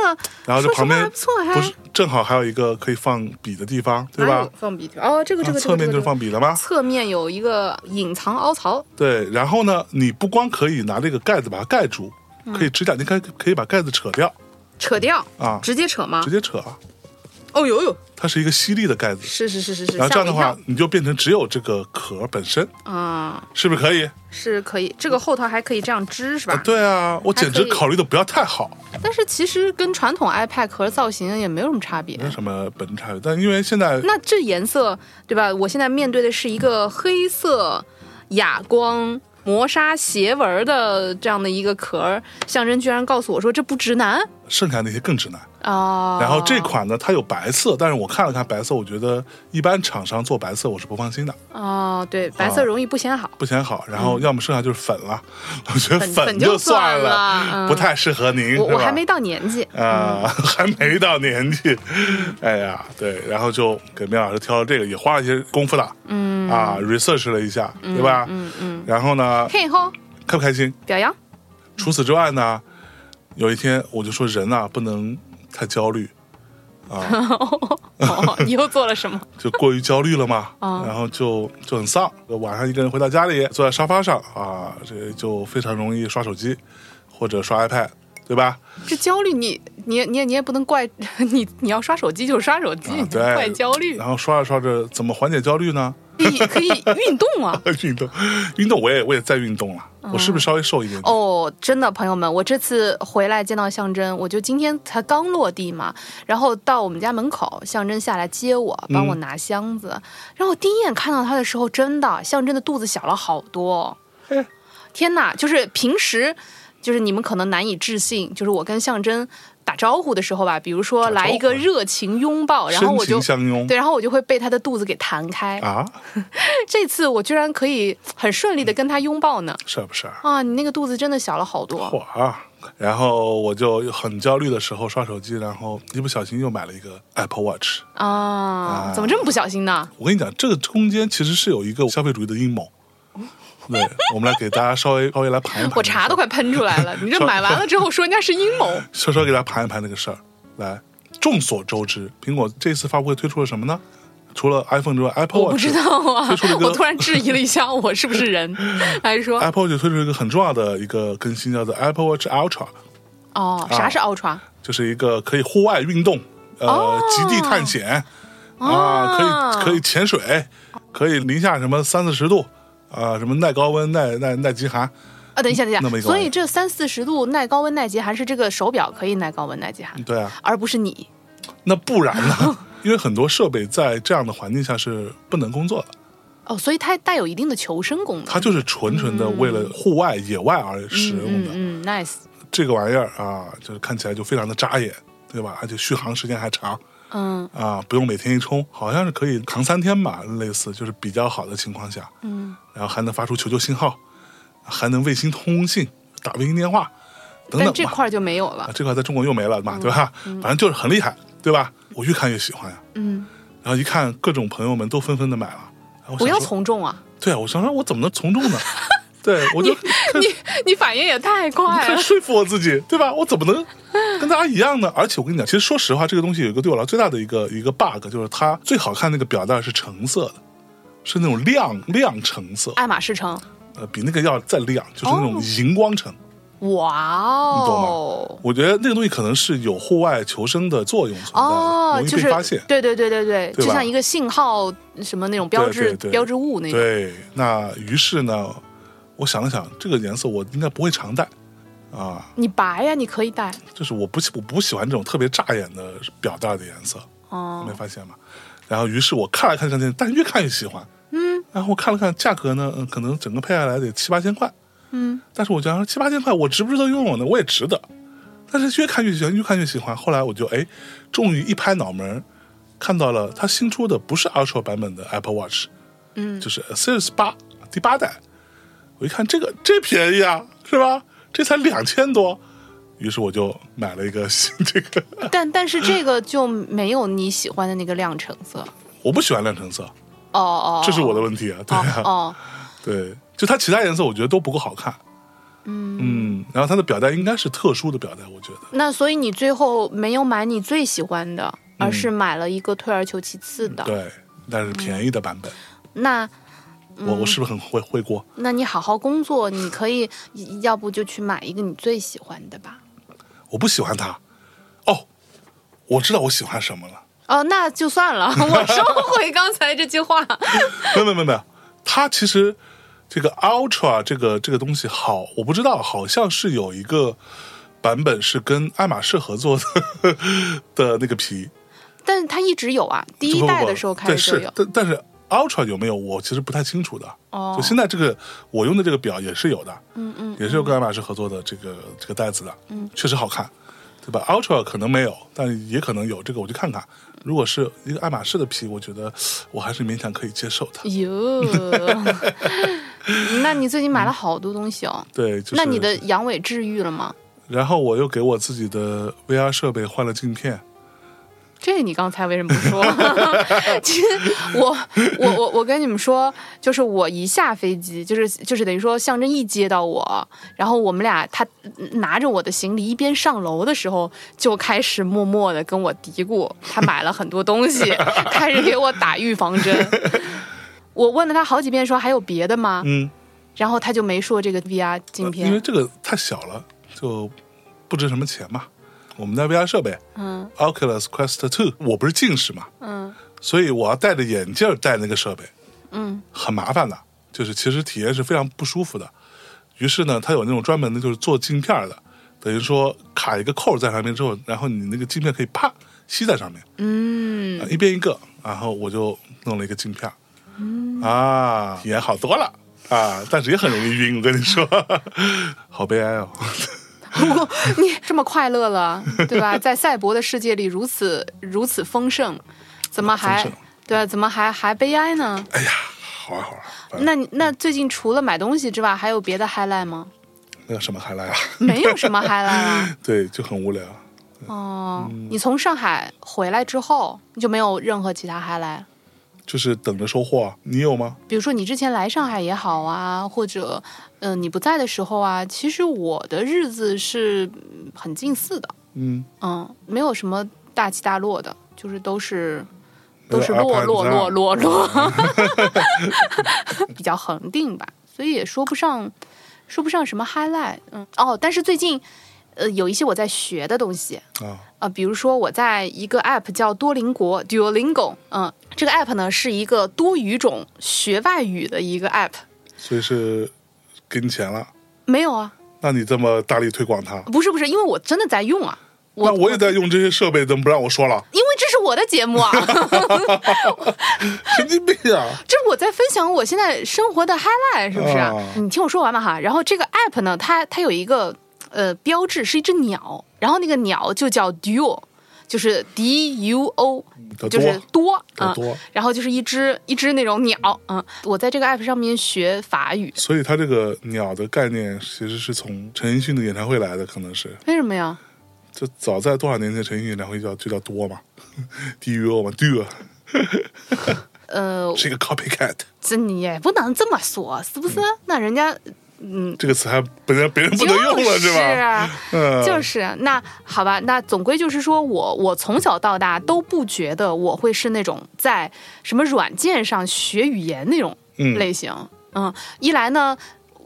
[SPEAKER 3] 然后这
[SPEAKER 2] 说实
[SPEAKER 3] 旁
[SPEAKER 2] 话
[SPEAKER 3] 边
[SPEAKER 2] 还不错，还
[SPEAKER 3] 不是正好还有一个可以放笔的地方，对
[SPEAKER 2] 哪
[SPEAKER 3] 吧
[SPEAKER 2] 有？放笔条哦，这个这
[SPEAKER 3] 啊
[SPEAKER 2] 个这
[SPEAKER 3] 侧
[SPEAKER 2] 个
[SPEAKER 3] 面
[SPEAKER 2] 这
[SPEAKER 3] 就
[SPEAKER 2] 个
[SPEAKER 3] 是放笔的啊吗？
[SPEAKER 2] 侧面有一个隐藏凹槽，
[SPEAKER 3] 对，然后呢，你不光可以拿这个盖子把它盖住，
[SPEAKER 2] 嗯
[SPEAKER 3] 可以指甲，你可以可以把盖子扯掉，
[SPEAKER 2] 扯掉
[SPEAKER 3] 啊
[SPEAKER 2] 直接扯吗
[SPEAKER 3] 直？接扯啊，
[SPEAKER 2] 哦呦呦，
[SPEAKER 3] 它是一个吸力的盖子。
[SPEAKER 2] 是是是是是，
[SPEAKER 3] 然后这样的
[SPEAKER 2] 吓
[SPEAKER 3] 话
[SPEAKER 2] 我一，
[SPEAKER 3] 你就变成只有这个壳本身，
[SPEAKER 2] 跳，啊，
[SPEAKER 3] 是不是可以？
[SPEAKER 2] 是可以，这个后头还可以这样支是吧？
[SPEAKER 3] 啊对啊，我简直
[SPEAKER 2] 还可以
[SPEAKER 3] 考虑的不要太好，
[SPEAKER 2] 但是其实跟传统 iPad 壳造型也没有什么差别
[SPEAKER 3] 没。有什么本质差别。但因为现在
[SPEAKER 2] 那这颜色对吧？我现在面对的是一个黑色哑光磨砂斜纹的这样的一个壳儿，象征居然告诉我说这不直男
[SPEAKER 3] 剩下那些更直男。
[SPEAKER 2] 啊。
[SPEAKER 3] 哦然后这款呢，它有白色，但是我看了看白色，我觉得一般厂商做白色我是不放心的，
[SPEAKER 2] 哦，对，白色容易不显好。
[SPEAKER 3] 不显好。然后要么剩下就是粉了， (laughs) 我觉得
[SPEAKER 2] 嗯粉粉就
[SPEAKER 3] 就
[SPEAKER 2] 算
[SPEAKER 3] 算
[SPEAKER 2] 了嗯
[SPEAKER 3] 不太适合您。
[SPEAKER 2] 我
[SPEAKER 3] 是
[SPEAKER 2] 我
[SPEAKER 3] 吧
[SPEAKER 2] 还没到嗯年纪，
[SPEAKER 3] 啊、 (laughs) 还没到年纪，哎呀，对，然后就给苗老师挑了这个，也花了一些功夫的，嗯啊，research 了一下，对吧？嗯嗯，然后呢，
[SPEAKER 2] 嘿吼，
[SPEAKER 3] 开不开心？
[SPEAKER 2] 表
[SPEAKER 3] (laughs)
[SPEAKER 2] 扬
[SPEAKER 3] 除此之外呢，有一天我就说人啊不能太焦虑，
[SPEAKER 2] 哦，你又做了什么？
[SPEAKER 3] 就过于焦虑了嘛，
[SPEAKER 2] 啊
[SPEAKER 3] 然后就就很丧。晚上一个人回到家里，坐在沙发上啊，这就非常容易刷手机或者刷 iPad，对吧？
[SPEAKER 2] 这焦虑你，你你也你也不能怪 (laughs) 你，你要刷手机就刷手机，
[SPEAKER 3] 啊
[SPEAKER 2] 你不
[SPEAKER 3] 对
[SPEAKER 2] 能怪焦虑
[SPEAKER 3] 然。后刷着刷着，怎么缓解焦虑呢？
[SPEAKER 2] 你可以运动啊！
[SPEAKER 3] 运动， (laughs) 运动，我也我也在运动了，我是不是稍微瘦一点点？
[SPEAKER 2] 哦，真的，朋友们，我这次回来见到象征，我就今天才刚落地嘛，然后到我们家门口，象征下来接我，帮
[SPEAKER 3] 嗯
[SPEAKER 2] 我拿箱子。然后我第一眼看到他的时候，真的，象征的肚子小了好
[SPEAKER 3] (laughs)
[SPEAKER 2] 多。天哪，就是平时，就是你们可能难以置信，就是我跟象征打招呼的时候吧，比如说
[SPEAKER 3] 打招呼
[SPEAKER 2] 来一个热情拥抱，然后我就
[SPEAKER 3] 深情相拥
[SPEAKER 2] 对，然后我就会被他的肚子给弹开。
[SPEAKER 3] 啊，
[SPEAKER 2] 这次我居然可以很顺利的跟他拥抱呢。
[SPEAKER 3] 是不是？
[SPEAKER 2] 啊，你那个肚子真的小了好多。
[SPEAKER 3] 嚯啊！然后我就很焦虑的时候刷手机，然后一不小心又买了一个 Apple Watch。
[SPEAKER 2] 啊，怎么这么不小心呢？
[SPEAKER 3] 我跟你讲，这个中间其实是有一个消费主义的阴谋。对，我们来给大家稍微稍微来盘一盘，
[SPEAKER 2] 哦 (laughs) 我茶都快喷出
[SPEAKER 3] (laughs)
[SPEAKER 2] 来了，你这买完了之后说人家是阴谋，
[SPEAKER 3] 稍稍给大家盘一盘这个事儿。来，众所周知，苹果这次发布会推出了什么呢？除了 iPhone 之外，Apple
[SPEAKER 2] 我
[SPEAKER 3] Watch
[SPEAKER 2] 不知道啊
[SPEAKER 3] 推出了一。
[SPEAKER 2] (laughs)
[SPEAKER 3] 个啊
[SPEAKER 2] 我突然质疑了一下，我是不是
[SPEAKER 3] (laughs)
[SPEAKER 2] 人？还说
[SPEAKER 3] Apple 就推出了一个很重要的一个更新，叫做 Apple Watch Ultra，
[SPEAKER 2] 哦，
[SPEAKER 3] 啊
[SPEAKER 2] 啥是 Ultra？
[SPEAKER 3] 就是一个可以户外运动，呃，
[SPEAKER 2] 哦
[SPEAKER 3] 极地探险
[SPEAKER 2] 哦
[SPEAKER 3] 啊，可以可以潜水，可以零下什么三四十度啊，什么耐高温、耐耐耐极寒，
[SPEAKER 2] 啊，等一下，等一
[SPEAKER 3] 那么
[SPEAKER 2] 下，
[SPEAKER 3] 一个
[SPEAKER 2] 所以这三四十度耐高温耐极寒是这个手表可以耐高温耐极寒，
[SPEAKER 3] 对啊，
[SPEAKER 2] 而不是你。
[SPEAKER 3] 那不然
[SPEAKER 2] (laughs)
[SPEAKER 3] 呢？因为很多设备在这样的环境下是不能工作的，
[SPEAKER 2] 哦，所以它带有一定的求生功能。
[SPEAKER 3] 它就是纯纯的为了户外、野外而使用的。
[SPEAKER 2] 嗯嗯嗯，nice，
[SPEAKER 3] 这个玩意儿啊，就是看起来就非常的扎眼，对吧？而且续航时间还长
[SPEAKER 2] 嗯，
[SPEAKER 3] 啊，不用每天一充，好像是可以扛三天吧，类似就是比较好的情况下，嗯，然后还能发出求救信号，还能卫星通信、打卫星电话等
[SPEAKER 2] 但
[SPEAKER 3] 等
[SPEAKER 2] 这
[SPEAKER 3] 吧。
[SPEAKER 2] 块嗯儿就没有了
[SPEAKER 3] 啊，。这块在中国又没了嘛，对吧？反正就是很厉害，对吧？我越看越喜欢呀、
[SPEAKER 2] 嗯，
[SPEAKER 3] 然后一看各种朋友们都纷纷的买了，然后我
[SPEAKER 2] 不
[SPEAKER 3] 想
[SPEAKER 2] 要
[SPEAKER 3] 说
[SPEAKER 2] 从众啊！ (laughs)
[SPEAKER 3] 对啊，我想说我怎么能从众呢？对，我就
[SPEAKER 2] 你你反应也太快
[SPEAKER 3] 还
[SPEAKER 2] 了。
[SPEAKER 3] 说服我自己，对吧？我怎么能跟大家一样呢？而且我跟你讲，其实说实话，这个东西有一个对我来说最大的一个一个 bug，就是它最好看那个表带是橙色的，是那种亮亮橙色，
[SPEAKER 2] (laughs) 爱马仕城，
[SPEAKER 3] 呃，比那个要再亮，就是那
[SPEAKER 2] 哦
[SPEAKER 3] 种荧光橙。
[SPEAKER 2] 哇
[SPEAKER 3] 你懂
[SPEAKER 2] 哦
[SPEAKER 3] 吗！我觉得那个东西可能是有户外求生的作用存在的，
[SPEAKER 2] 哦
[SPEAKER 3] 容，易
[SPEAKER 2] 就
[SPEAKER 3] 被
[SPEAKER 2] 是
[SPEAKER 3] 发现。
[SPEAKER 2] 对对对对对，
[SPEAKER 3] 对吧
[SPEAKER 2] 就像一个信号什么那种标志
[SPEAKER 3] 对对对
[SPEAKER 2] 标志物那种。
[SPEAKER 3] 对，那于是呢，我想了想，这个颜色我应该不会常戴啊，
[SPEAKER 2] 你白呀，你可以戴
[SPEAKER 3] 就是我不喜我不喜欢这种特别扎眼的表带的颜色。
[SPEAKER 2] 哦
[SPEAKER 3] 没。发现吗？然后于是我看了看这张店，但越看越喜欢。嗯，然后我看了看价格呢，嗯，可能整个配下来得七八千块。嗯，但是我觉得七八千块我值不值得拥有呢？我也值得。但是越看越喜欢，越看越喜欢。后来我就哎，终于一拍脑门儿，看到了它新出的不是 Ultra 版本的 Apple Watch，嗯，就是 Series 八第八代。我一看这个这便宜啊，是吧？这才两千多，于是我就买了一个新这个。 (laughs)
[SPEAKER 2] 但但是这个就没有你喜欢的那个亮橙色。
[SPEAKER 3] 我不喜欢亮橙色，
[SPEAKER 2] 哦哦，
[SPEAKER 3] 这是我的问题啊，对
[SPEAKER 2] 哦
[SPEAKER 3] 啊，
[SPEAKER 2] 哦，
[SPEAKER 3] 对，就它其他颜色我觉得都不够好看。嗯然后它的表带应该是特殊的表带，我觉得
[SPEAKER 2] 那所以你最后没有买你最喜欢的，而是买了一个退而求其次的。
[SPEAKER 3] 嗯对，但
[SPEAKER 2] 嗯
[SPEAKER 3] 是便宜的版本，
[SPEAKER 2] 那嗯
[SPEAKER 3] 我我是不是很会会过？
[SPEAKER 2] 那你好好工作，你可以要不就去买一个你最喜欢的吧。
[SPEAKER 3] 我不喜欢它。哦，我知道我喜欢什么了。
[SPEAKER 2] 哦，那就算了， (laughs) 我收回刚才这句话。 (laughs)
[SPEAKER 3] 没有没有没有没有，它其实这个 Ultra 这个这个东西好，我不知道，好像是有一个版本是跟爱马仕合作的的那个皮，
[SPEAKER 2] 但是它一直有啊，第一代的时候开始就有
[SPEAKER 3] 对是。但但是 Ultra 有没有，我其实不太清楚的。
[SPEAKER 2] 哦
[SPEAKER 3] 就现在这个我用的这个表也是有的，嗯嗯，也是有跟爱马仕合作的这个这个带子的，嗯，确实好看，对吧？Ultra 可能没有，但也可能有，这个我去看看。如果是一个爱马仕的皮，我觉得我还是勉强可以接受的。
[SPEAKER 2] 嗯
[SPEAKER 3] (laughs)
[SPEAKER 2] 哟，那你最近买了好多东西哦。
[SPEAKER 3] 对，就是、
[SPEAKER 2] 那你的，阳痿治愈了吗？
[SPEAKER 3] 然后我又给我自己的 VR 设备换了镜片，
[SPEAKER 2] 这你刚才为什么不说？ (laughs) 其实我我我我跟你们说，就是我一下飞机，就是就是等于说象征一接到我，然后我们俩他拿着我的行李一边上楼的时候，就开始默默的跟我嘀咕，他买了很多东
[SPEAKER 3] (laughs)
[SPEAKER 2] 西，开始给我打预防针。我问了他好几遍说还有别的吗？
[SPEAKER 3] 嗯，
[SPEAKER 2] 然后他就没说这个 VR 镜
[SPEAKER 3] 呃因为
[SPEAKER 2] 片。
[SPEAKER 3] 这个太小了，就不值什么钱嘛。我们的 VR 设备，嗯，Oculus Quest Two，我不是近视嘛，
[SPEAKER 2] 嗯，
[SPEAKER 3] 所以我要戴着眼镜儿戴那个设备，嗯，很麻烦的，就是其实体验是非常不舒服的。于是呢，它有那种专门的，就是做镜片儿的，等于说卡一个扣儿在上面之后，然后你那个镜片可以啪吸在上面，嗯、一边一个，然后我就弄了一个镜片儿，啊，体验好多了啊，但是也很容易晕，我跟你 (laughs) 说，好悲哀哦。
[SPEAKER 2] (laughs) 你这么快乐了，对
[SPEAKER 3] (laughs)
[SPEAKER 2] 吧？在赛博的世界里如此如此丰盛，怎么还
[SPEAKER 3] 丰盛
[SPEAKER 2] 对啊？怎么还还悲哀呢？
[SPEAKER 3] 哎呀，好啊好啊，反正
[SPEAKER 2] 那你那最近除了买东西之外，还有别的 highlight
[SPEAKER 3] (laughs)
[SPEAKER 2] 吗？
[SPEAKER 3] 那有什么还来啊？
[SPEAKER 2] 没有什么 highlight
[SPEAKER 3] (laughs)
[SPEAKER 2] 啊。
[SPEAKER 3] 对，就很无聊。
[SPEAKER 2] 哦，
[SPEAKER 3] 嗯
[SPEAKER 2] 你从上海回来之后，你就没有任何其他 highlight。
[SPEAKER 3] 就是等着收获，你有吗？
[SPEAKER 2] 比如说你之前来上海也好啊，或者嗯、呃你不在的时候啊，其实我的日子是嗯很近似的，
[SPEAKER 3] 嗯，
[SPEAKER 2] 嗯，没有什么大起大落的，就是都是
[SPEAKER 3] 没有
[SPEAKER 2] 都是落
[SPEAKER 3] iPad
[SPEAKER 2] 落
[SPEAKER 3] 在
[SPEAKER 2] 落落
[SPEAKER 3] (laughs)
[SPEAKER 2] 落，比较恒定吧，所以也说不上说不上什么 highlight。嗯，哦，但是最近呃有一些我在学的东西，
[SPEAKER 3] 啊，
[SPEAKER 2] 呃，比如说我在一个 app 叫多邻国 Duolingo，嗯、这个 app 呢是一个多语种学外语的一个 app。
[SPEAKER 3] 所以是给你钱了。
[SPEAKER 2] 没有啊，
[SPEAKER 3] 那你这么大力推广它，
[SPEAKER 2] 不是不是，因为我真的在用啊。
[SPEAKER 3] 那我也在用这些设备，怎么不让我说
[SPEAKER 2] (laughs)
[SPEAKER 3] 了？
[SPEAKER 2] 因为这是我的节目
[SPEAKER 3] (laughs)
[SPEAKER 2] 啊，
[SPEAKER 3] 神经病啊！
[SPEAKER 2] 这是我在分享我现在生活的 highlight，是不是？
[SPEAKER 3] 啊
[SPEAKER 2] 你听我说完吧哈。然后这个 app 呢，它它有一个呃标志是一只鸟，然后那个鸟就叫 duo，就是 d u o，
[SPEAKER 3] 得
[SPEAKER 2] 就是
[SPEAKER 3] 多
[SPEAKER 2] 多
[SPEAKER 3] 得
[SPEAKER 2] 啊、
[SPEAKER 3] 多
[SPEAKER 2] 然后就是一只一只那种鸟啊、嗯我在这个 app 上面学法语，
[SPEAKER 3] 所以它这个鸟的概念其实是从陈奕迅的演唱会来的，可能是
[SPEAKER 2] 为什么呀？
[SPEAKER 3] 就早在多少年前，陈奕迅演唱会叫就叫多嘛 (laughs) ，duo 嘛，duo
[SPEAKER 2] 呃，
[SPEAKER 3] 是一个 copycat
[SPEAKER 2] 这你也不能这么说，是不是？那人家嗯，
[SPEAKER 3] 这个词还本来别人不能用了、
[SPEAKER 2] 就是
[SPEAKER 3] 吧？
[SPEAKER 2] 啊
[SPEAKER 3] 嗯，
[SPEAKER 2] 就是那好吧，那总归就是说我我从小到大都不觉得我会是那种在什么软件上学语言那种
[SPEAKER 3] 嗯
[SPEAKER 2] 类型。嗯，一来呢，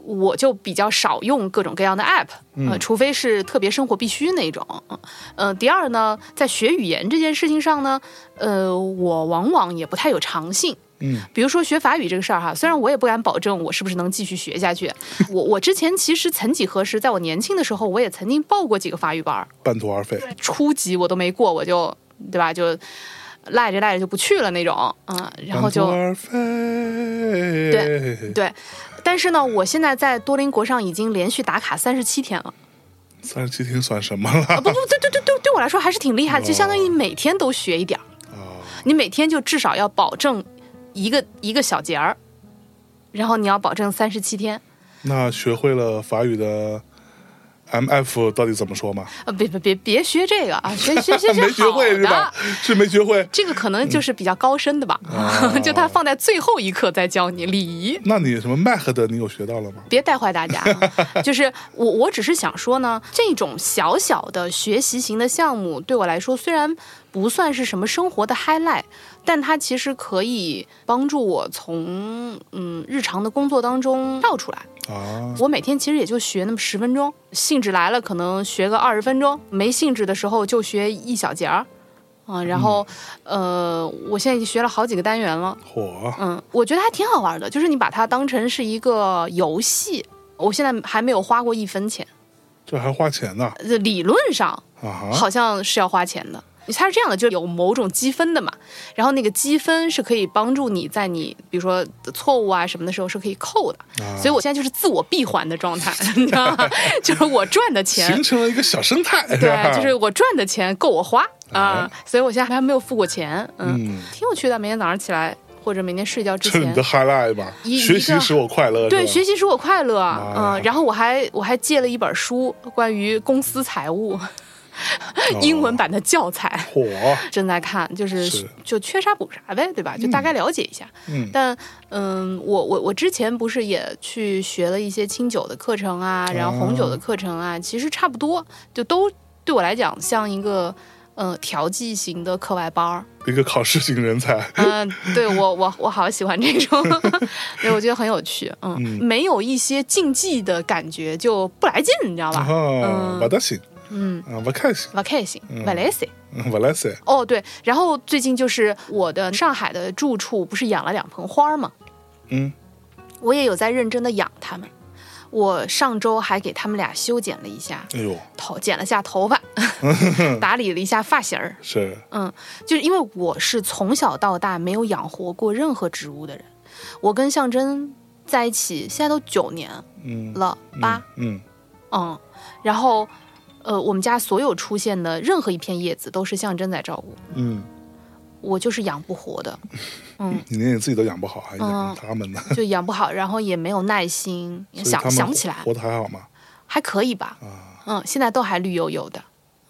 [SPEAKER 2] 我就比较少用各种各样的 app，嗯、呃，除非是特别生活必须那种。嗯、呃，第二呢，在学语言这件事情上呢，呃，我往往也不太有长性。
[SPEAKER 3] 嗯，
[SPEAKER 2] 比如说学法语这个事儿哈，虽然我也不敢保证我是不是能继续学下去，我我之前其实曾几何时，在我年轻的时候，我也曾经报过几个法语班儿，
[SPEAKER 3] 半途而废，
[SPEAKER 2] 初级我都没过，我就对吧，就赖着赖着就不去了那种，嗯，然后就
[SPEAKER 3] 半途而废，
[SPEAKER 2] 对对。但是呢，我现在在多邻国上已经连续打卡三十七天了，啊
[SPEAKER 3] 三十七天算什么了？ (laughs)
[SPEAKER 2] 不不，对对对对，对我来说还是挺厉害的，就
[SPEAKER 3] 哦
[SPEAKER 2] 相当于你每天都学一点儿，
[SPEAKER 3] 啊，
[SPEAKER 2] 你每天就至少要保证一个一个小节儿，然后你要保证三十七天，
[SPEAKER 3] 那学会了法语的 M F 到底怎么说吗？
[SPEAKER 2] 呃，别别别别学这个啊，学学学
[SPEAKER 3] (laughs)
[SPEAKER 2] 学
[SPEAKER 3] 没学
[SPEAKER 2] 好
[SPEAKER 3] 会是
[SPEAKER 2] 的
[SPEAKER 3] 吧。？是没学会。
[SPEAKER 2] 这个可能就是比较高深的吧，(laughs)
[SPEAKER 3] 哦
[SPEAKER 2] 就他放在最后一刻再教你礼仪。
[SPEAKER 3] 那你什么 Mac 的你有学到了吗？
[SPEAKER 2] 别带坏大家，啊 (laughs) 就是我，我只是想说呢，这种小小的学习型的项目对我来说，虽然不算是什么生活的 highlight，但它其实可以帮助我从嗯日常的工作当中跳出来。
[SPEAKER 3] 啊，
[SPEAKER 2] 我每天其实也就学那么十分钟，兴致来了可能学个二十分钟，没兴致的时候就学一小节儿，啊，然后、呃，我现在已经学了好几个单元了，
[SPEAKER 3] 火
[SPEAKER 2] 嗯，我觉得还挺好玩的，就是你把它当成是一个游戏。我现在还没有花过一分钱，
[SPEAKER 3] 这还花钱呢
[SPEAKER 2] 呃理论上
[SPEAKER 3] 啊哈！
[SPEAKER 2] 好像是要花钱的。它是这样的，就有某种积分的嘛，然后那个积分是可以帮助你在你比如说错误啊什么的时候是可以扣的，
[SPEAKER 3] 啊
[SPEAKER 2] 所以我现在就是自我闭环的状态， (laughs) 你知道吗？就是我赚的钱
[SPEAKER 3] 形，成了一个小生态，是吧
[SPEAKER 2] 对，就是我赚的钱够我花啊、所以我现在还没有付过钱，嗯，
[SPEAKER 3] 嗯，
[SPEAKER 2] 挺有趣的。每天早上起来或者每天睡觉之
[SPEAKER 3] 这是
[SPEAKER 2] 前
[SPEAKER 3] 你，的 highlight 吧？
[SPEAKER 2] 一
[SPEAKER 3] 学习使我快乐，
[SPEAKER 2] 对，
[SPEAKER 3] 是吧
[SPEAKER 2] 学习使我快乐。
[SPEAKER 3] 啊
[SPEAKER 2] 嗯，然后我还我还借了一本书，关于公司财
[SPEAKER 3] 哦
[SPEAKER 2] 务，英文版的教材，
[SPEAKER 3] 火，
[SPEAKER 2] 正在看，就是
[SPEAKER 3] 是
[SPEAKER 2] 就缺啥补啥呗，对吧？就大概了解一下。
[SPEAKER 3] 嗯
[SPEAKER 2] 但嗯，我我我之前不是也去学了一些清酒的课程啊，然后红酒
[SPEAKER 3] 哦
[SPEAKER 2] 的课程啊，其实差不多，就都对我来讲像一个。嗯，调剂型的课外班儿，
[SPEAKER 3] 一个考试型人才，
[SPEAKER 2] 嗯，对我我我好喜欢这种， (laughs) 对，我觉得很有趣，
[SPEAKER 3] 嗯
[SPEAKER 2] 嗯，没有一些竞技的感觉就不来劲，你知道吧？
[SPEAKER 3] 啊，
[SPEAKER 2] 嗯
[SPEAKER 3] 把它行，嗯啊，vacation，
[SPEAKER 2] v a c a t i o n v a l e n c i a
[SPEAKER 3] 嗯 Valencia，
[SPEAKER 2] 哦，对，然后最近就是我的上海的住处不是养了两盆花儿吗？
[SPEAKER 3] 嗯，
[SPEAKER 2] 我也有在认真的养它们。我上周还给它们俩修剪了一下
[SPEAKER 3] 哎呦，
[SPEAKER 2] 头，剪了下头发， (laughs) 打理了一下发型儿。
[SPEAKER 3] 是
[SPEAKER 2] 嗯，就是因为我是从小到大没有养活过任何植物的人。我跟象征在一起现在都九年
[SPEAKER 3] 嗯
[SPEAKER 2] 了，八
[SPEAKER 3] 嗯
[SPEAKER 2] 嗯，然后呃，我们家所有出现的任何一片叶子都是象征在照顾，
[SPEAKER 3] 嗯，
[SPEAKER 2] 我就是养不活的。
[SPEAKER 3] 你连你自己都养不好，
[SPEAKER 2] 嗯
[SPEAKER 3] 还养他们呢？
[SPEAKER 2] 就养不好，然后也没有耐心，
[SPEAKER 3] 所以他
[SPEAKER 2] 想
[SPEAKER 3] 们
[SPEAKER 2] 想不起来，
[SPEAKER 3] 活得还好吗？
[SPEAKER 2] 还可以吧，
[SPEAKER 3] 啊，
[SPEAKER 2] 嗯，现在都还绿油油的，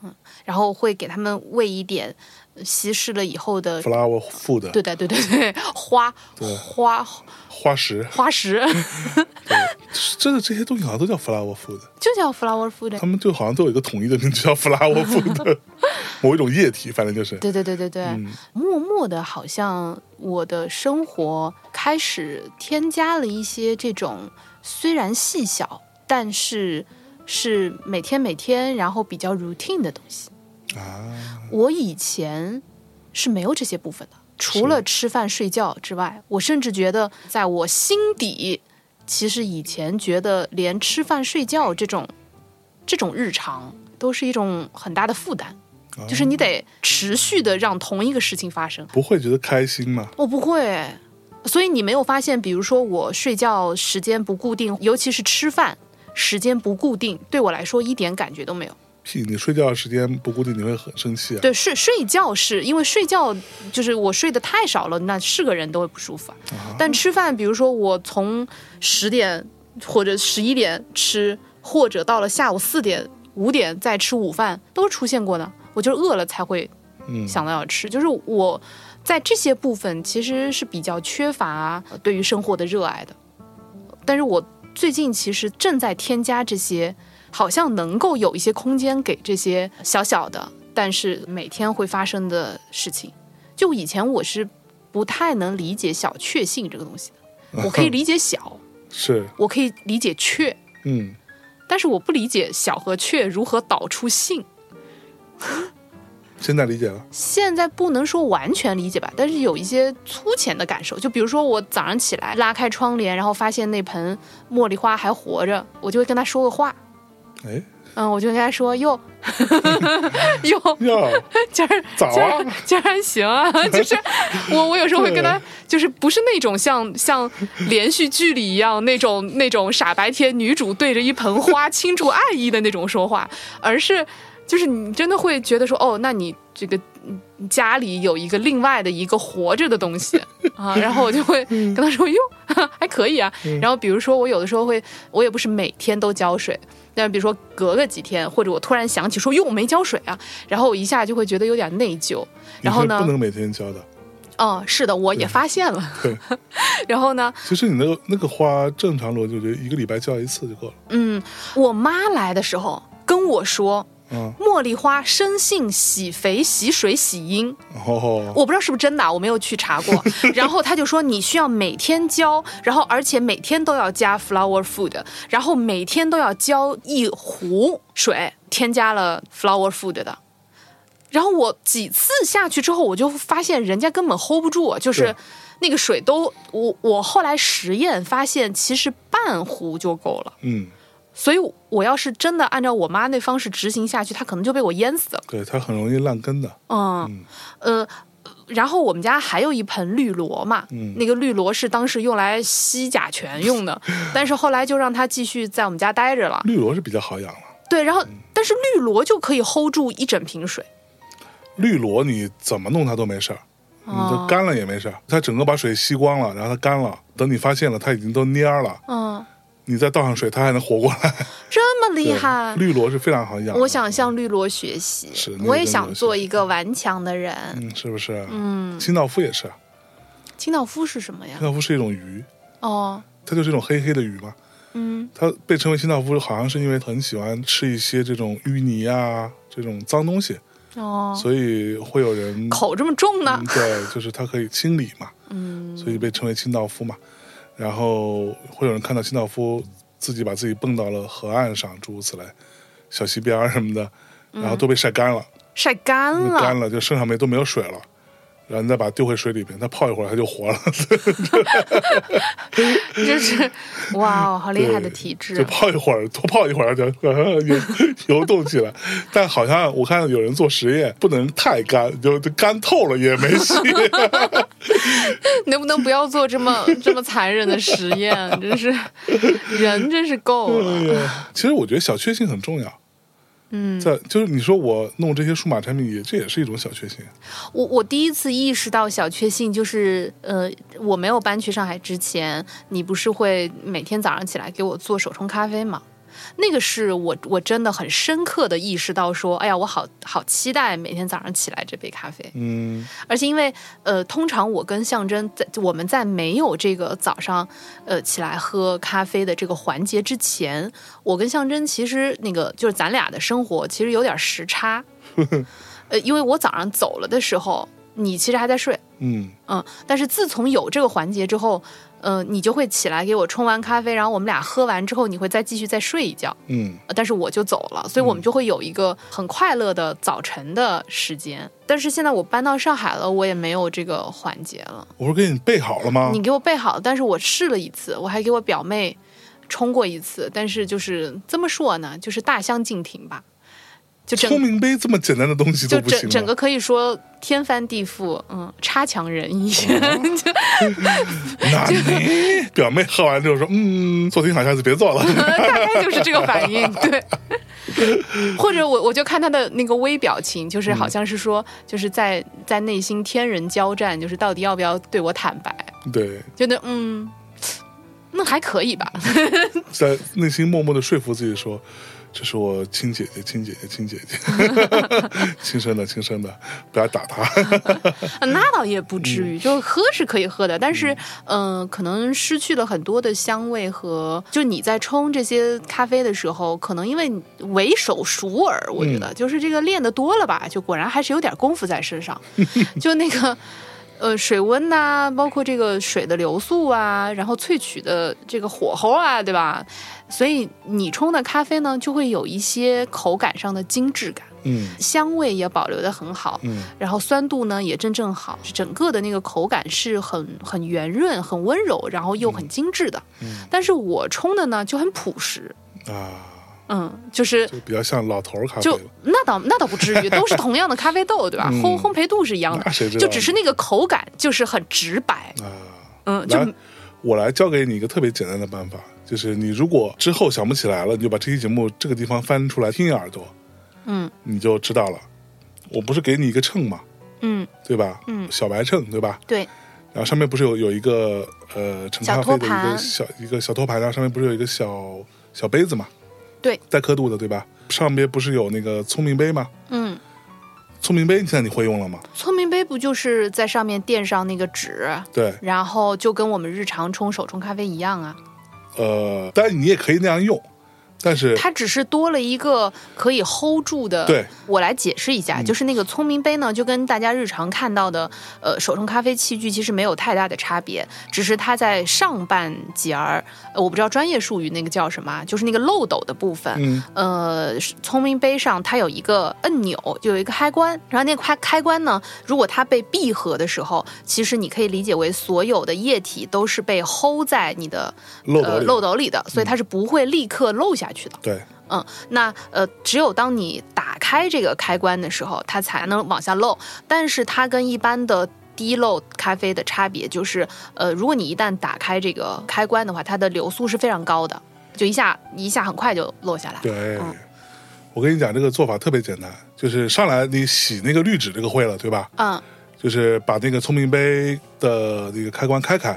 [SPEAKER 2] 嗯，然后会给他们喂一点呃稀释了以后的，
[SPEAKER 3] flower food，
[SPEAKER 2] 对的，对对对，花
[SPEAKER 3] 对
[SPEAKER 2] 花
[SPEAKER 3] 花石，
[SPEAKER 2] 花石
[SPEAKER 3] (laughs) 真的这些东西好像都叫 flower food，
[SPEAKER 2] 就叫 flower food，
[SPEAKER 3] 他们就好像都有一个统一的名
[SPEAKER 2] (laughs)
[SPEAKER 3] 字叫 flower food，某一种液体，反正就是，
[SPEAKER 2] 对对对对对，
[SPEAKER 3] 嗯
[SPEAKER 2] 默默的，好像我的生活开始添加了一些这种虽然细小，但是是每天每天，然后比较 routine 的东西。
[SPEAKER 3] 啊，
[SPEAKER 2] 我以前是没有这些部分的，除了吃饭睡觉之外，我甚至觉得，在我心底，其实以前觉得连吃饭睡觉这种这种日常都是一种很大的负担，就是你得持续的让同一个事情发生。
[SPEAKER 3] 不会觉得开心吗？
[SPEAKER 2] 我不会。所以你没有发现，比如说我睡觉时间不固定，尤其是吃饭时间不固定，对我来说一点感觉都没有。
[SPEAKER 3] 屁，你睡觉的时间不固定，你会很生气啊？
[SPEAKER 2] 对，睡睡觉是因为睡觉就是我睡得太少了，那是个人都会不舒服啊、但吃饭，比如说我从十点或者十一点吃，或者到了下午四点、五点再吃午饭，都出现过的。我就是饿了才会
[SPEAKER 3] 嗯
[SPEAKER 2] 想到要吃，就是我在这些部分其实是比较缺乏呃对于生活的热爱的。但是我最近其实正在添加这些，好像能够有一些空间给这些小小的，但是每天会发生的事情。就以前我是不太能理解小确幸这个东西
[SPEAKER 3] (laughs)
[SPEAKER 2] 的，我可以理解小，
[SPEAKER 3] 是，
[SPEAKER 2] 我可以理解确，
[SPEAKER 3] 嗯，
[SPEAKER 2] 但是我不理解小和确如何导出幸。
[SPEAKER 3] 现在理解了，
[SPEAKER 2] 现在不能说完全理解吧，但是有一些粗浅的感受。就比如说，我早上起来拉开窗帘，然后发现那盆茉莉花还活着，我就会跟他说个话。
[SPEAKER 3] 哎，
[SPEAKER 2] 嗯，我就跟他说：“哟， (laughs) 哟，
[SPEAKER 3] 哟，
[SPEAKER 2] 今儿
[SPEAKER 3] 早
[SPEAKER 2] 今
[SPEAKER 3] 啊
[SPEAKER 2] 儿今儿还行
[SPEAKER 3] (laughs)
[SPEAKER 2] 啊。”就是我，我有时候会跟他，就是不是那种像像连续剧里一样那种那种傻白甜女主对着一盆
[SPEAKER 3] (laughs)
[SPEAKER 2] 花倾注爱意的那种说话，而是就是你真的会觉得说，哦，那你这个。嗯家里有一个另外的一个活着的东
[SPEAKER 3] (laughs)
[SPEAKER 2] 西啊，然后我就会
[SPEAKER 3] 嗯
[SPEAKER 2] 跟他说：“哟， (laughs) 还可以啊。”然后比如说我有的时候会，我也不是每天都浇水，但是比如说隔个几天，或者我突然想起说：“哟，我没浇水啊。”然后我一下就会觉得有点内疚。(laughs)
[SPEAKER 3] 你
[SPEAKER 2] 然后
[SPEAKER 3] 是
[SPEAKER 2] 呢
[SPEAKER 3] 不，能每天教的。
[SPEAKER 2] 哦，是的，我也发现了
[SPEAKER 3] 对。
[SPEAKER 2] (laughs) 然后呢，
[SPEAKER 3] 其实你那个那个花，正常逻辑，我觉得一个礼拜浇一次就够了。
[SPEAKER 2] 嗯，我妈来的时候跟我说，
[SPEAKER 3] 嗯，
[SPEAKER 2] 茉莉花生性喜肥、喜水、喜阴，
[SPEAKER 3] 然后
[SPEAKER 2] 我不知道是不是真的啊，我没有去查过。然后她就说你需要每天浇，然后而且每天都要加 flower food，然后每天都要浇一壶水，添加了 flower food 的。然后我几次下去之后，我就发现人家根本 hold 不住，啊就是
[SPEAKER 3] 对
[SPEAKER 2] 那个水都我我后来实验发现，其实半壶就够了。
[SPEAKER 3] 嗯，
[SPEAKER 2] 所以我要是真的按照我妈那方式执行下去，她可能就被我淹死了。
[SPEAKER 3] 对，它很容易烂根的。
[SPEAKER 2] 嗯，呃。然后我们家还有一盆绿萝嘛，
[SPEAKER 3] 嗯
[SPEAKER 2] 那个绿萝是当时用来吸甲醛用
[SPEAKER 3] (laughs)
[SPEAKER 2] 的，但是后来就让它继续在我们家待着了。
[SPEAKER 3] 绿萝是比较好养了，
[SPEAKER 2] 对，然后但是绿萝就可以 hold 住一整瓶水，
[SPEAKER 3] 绿萝你怎么弄它都没事儿，你
[SPEAKER 2] 哦
[SPEAKER 3] 都干了也没事儿。它整个把水吸光了，然后它干了，等你发现了，它已经都蔫儿了，
[SPEAKER 2] 嗯，
[SPEAKER 3] 你再倒上水，它还能活过来。
[SPEAKER 2] 这么厉
[SPEAKER 3] 对
[SPEAKER 2] 害。
[SPEAKER 3] 绿萝是非常好养的。
[SPEAKER 2] 我想向绿萝学习
[SPEAKER 3] 是那，个
[SPEAKER 2] 我也
[SPEAKER 3] 真的
[SPEAKER 2] 想
[SPEAKER 3] 有
[SPEAKER 2] 做
[SPEAKER 3] 趣
[SPEAKER 2] 一个顽强的人。
[SPEAKER 3] 嗯，是不是？嗯，清道夫也是，
[SPEAKER 2] 清道夫是什么呀
[SPEAKER 3] 清？道夫是一种鱼，
[SPEAKER 2] 哦，
[SPEAKER 3] 它就是一种黑黑的鱼嘛。
[SPEAKER 2] 嗯，
[SPEAKER 3] 它被称为清道夫，好像是因为很喜欢吃一些这种淤泥啊，这种脏东西，
[SPEAKER 2] 哦，
[SPEAKER 3] 所以会有人
[SPEAKER 2] 口这么重呢
[SPEAKER 3] 嗯？对，就是它可以清理嘛，嗯，所以被称为清道夫嘛。然后会有人看到清道夫自己把自己蹦到了河岸上，诸如此类，小溪边儿什么的，
[SPEAKER 2] 嗯
[SPEAKER 3] 然后都被晒干了，
[SPEAKER 2] 晒干了，
[SPEAKER 3] 干了就剩下没都没有水了。然后你再把它丢回水里边，它泡一会儿它就活了，
[SPEAKER 2] 就是哇哦，好厉害的体质
[SPEAKER 3] 就
[SPEAKER 2] 啊，
[SPEAKER 3] 泡一会儿，多泡一会儿就 (laughs) 游游动起来。但好像我看有人做实验，不能太干，就就干透了也没 (laughs) 戏。
[SPEAKER 2] 能不能不要做这么 (laughs) 这么残忍的实验？真是人真是够了，
[SPEAKER 3] 其实我觉得小确幸很重要。嗯，在就是你说我弄这些数码产品也，这也是一种小确幸。
[SPEAKER 2] 我我第一次意识到小确幸就是，呃，我没有搬去上海之前，你不是会每天早上起来给我做手冲咖啡吗？那个是我我真的很深刻的意识到说，哎呀，我好好期待每天早上起来这杯咖啡。
[SPEAKER 3] 嗯，
[SPEAKER 2] 而且因为呃，通常我跟象征在我们在没有这个早上呃起来喝咖啡的这个环节之前，我跟象征其实那个就是咱俩的生活其实有点时差，呃，因为我早上走了的时候，你其实还在睡，
[SPEAKER 3] 嗯，
[SPEAKER 2] 嗯，但是自从有这个环节之后，呃，你就会起来给我冲完咖啡，然后我们俩喝完之后，你会再继续再睡一觉，
[SPEAKER 3] 嗯，
[SPEAKER 2] 呃但是我就走了，所以我们就会有一个很快乐的早晨的时间。但是现在我搬到上海了，我也没有这个环节了。
[SPEAKER 3] 我说给你备好了吗
[SPEAKER 2] 你？给我备好，但是我试了一次，我还给我表妹冲过一次，但是就是这么说呢，就是大相径庭吧，就整
[SPEAKER 3] 聪明杯这么简单的东西都
[SPEAKER 2] 就
[SPEAKER 3] 不行
[SPEAKER 2] 整
[SPEAKER 3] 吗？
[SPEAKER 2] 整个可以说天翻地覆，嗯，差强人意。
[SPEAKER 3] 哦
[SPEAKER 2] (laughs)
[SPEAKER 3] 那你表妹喝完之后说：“嗯，做挺好，下次别做了。
[SPEAKER 2] 大概就是这个反应，对。或者我我就看他的那个微表情，就是好像是说，就是在在内心天人交战，就是到底要不要对我坦白？”
[SPEAKER 3] 对，
[SPEAKER 2] 觉得嗯，那还可以吧。
[SPEAKER 3] 在内心默默的说服自己说：“这是我亲姐姐，亲姐姐，亲姐
[SPEAKER 2] (laughs)
[SPEAKER 3] (laughs) 姐，亲生的，亲生的，不要打她。
[SPEAKER 2] 那倒也不至于，就是喝是可以喝的，但是嗯、呃可能失去了很多的香味和就你在冲这些咖啡的时候，可能因为你为手熟耳，我觉得、就是这个练得多了吧，就果然还是有点功夫在身上，就那个。呃，水温呐、包括这个水的流速啊，然后萃取的这个火候啊，对吧？所以你冲的咖啡呢，就会有一些口感上的精致感，
[SPEAKER 3] 嗯
[SPEAKER 2] 香味也保留得很好。
[SPEAKER 3] 嗯
[SPEAKER 2] 然后酸度呢也正正好，整个的那个口感是很很圆润、很温柔，然后又很精致的。
[SPEAKER 3] 嗯
[SPEAKER 2] 但是我冲的呢就很朴实，
[SPEAKER 3] 啊，
[SPEAKER 2] 嗯，就是
[SPEAKER 3] 就比较像老头儿咖啡
[SPEAKER 2] 就
[SPEAKER 3] 了。
[SPEAKER 2] 那倒那倒不至于，都是同样的咖啡豆，对吧？
[SPEAKER 3] 嗯
[SPEAKER 2] 烘烘焙度是一样
[SPEAKER 3] 那
[SPEAKER 2] 的，
[SPEAKER 3] 谁知道呢？
[SPEAKER 2] 就只是那个口感就是很直白，
[SPEAKER 3] 啊，
[SPEAKER 2] 嗯，就
[SPEAKER 3] 来，我来教给你一个特别简单的办法，就是你如果之后想不起来了，你就把这期节目这个地方翻出来听一耳朵，
[SPEAKER 2] 嗯
[SPEAKER 3] 你就知道了。我不是给你一个秤嘛，
[SPEAKER 2] 嗯，
[SPEAKER 3] 对吧？
[SPEAKER 2] 嗯
[SPEAKER 3] 小白秤对吧？
[SPEAKER 2] 对，
[SPEAKER 3] 然后上面不是有有一个呃盛咖
[SPEAKER 2] 小
[SPEAKER 3] 啡
[SPEAKER 2] 托
[SPEAKER 3] 的一个
[SPEAKER 2] 盘
[SPEAKER 3] 小一个小托盘，然后上面不是有一个小小杯子嘛？
[SPEAKER 2] 对，
[SPEAKER 3] 带刻度的对吧？上面不是有那个聪明杯吗？
[SPEAKER 2] 嗯，
[SPEAKER 3] 聪明杯现在你会用了吗？
[SPEAKER 2] 聪明杯不就是在上面垫上那个纸？
[SPEAKER 3] 对，
[SPEAKER 2] 然后就跟我们日常冲手冲咖啡一样啊，
[SPEAKER 3] 呃，但你也可以那样用，但是
[SPEAKER 2] 它只是多了一个可以 hold 住的。
[SPEAKER 3] 对，嗯
[SPEAKER 2] 我来解释一下，就是那个聪明杯呢，就跟大家日常看到的呃手冲咖啡器具其实没有太大的差别，只是它在上半截儿，呃我不知道专业术语那个叫什么啊，就是那个漏斗的部分。
[SPEAKER 3] 嗯
[SPEAKER 2] 呃，聪明杯上它有一个按钮，就有一个开关，然后那个开开关呢，如果它被闭合的时候，其实你可以理解为所有的液体都是被 hold 在你的
[SPEAKER 3] 漏斗
[SPEAKER 2] 呃
[SPEAKER 3] 里嗯
[SPEAKER 2] 漏斗里的，所以它是不会立刻漏下去的。
[SPEAKER 3] 对，
[SPEAKER 2] 嗯，那呃，只有当你打开这个开关的时候，它才能往下漏。但是它跟一般的滴漏咖啡的差别就是，呃，如果你一旦打开这个开关的话，它的流速是非常高的，就一下一下很快就落下来。
[SPEAKER 3] 对，
[SPEAKER 2] 嗯
[SPEAKER 3] 我跟你讲，这个做法特别简单，就是上来你洗那个滤纸这个会了，对吧？
[SPEAKER 2] 嗯
[SPEAKER 3] 就是把那个聪明杯的那个开关开开，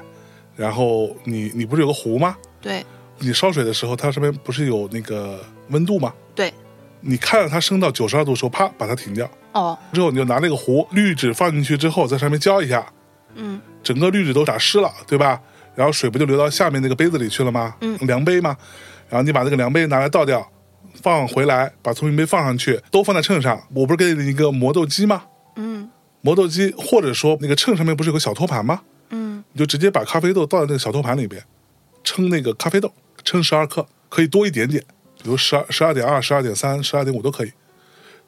[SPEAKER 3] 然后你你不是有个壶吗？
[SPEAKER 2] 对
[SPEAKER 3] 你烧水的时候，它上面不是有那个温度吗？
[SPEAKER 2] 对，
[SPEAKER 3] 你看着它升到九十二度的时候，啪，把它停掉。
[SPEAKER 2] 哦，
[SPEAKER 3] 之后你就拿那个壶滤纸放进去之后，在上面浇一下，
[SPEAKER 2] 嗯
[SPEAKER 3] 整个滤纸都打湿了，对吧？然后水不就流到下面那个杯子里去了吗？
[SPEAKER 2] 嗯
[SPEAKER 3] 量杯嘛。然后你把那个量杯拿来倒掉，放回来，把聪明杯放上去，都放在秤上。我不是给你一个磨豆机吗？
[SPEAKER 2] 嗯
[SPEAKER 3] 磨豆机或者说那个秤上面不是有个小托盘吗？
[SPEAKER 2] 嗯，
[SPEAKER 3] 你就直接把咖啡豆倒在那个小托盘里边，称那个咖啡豆，称十二克，可以多一点点，比如十二、十二点二、十二点三、十二点五都可以。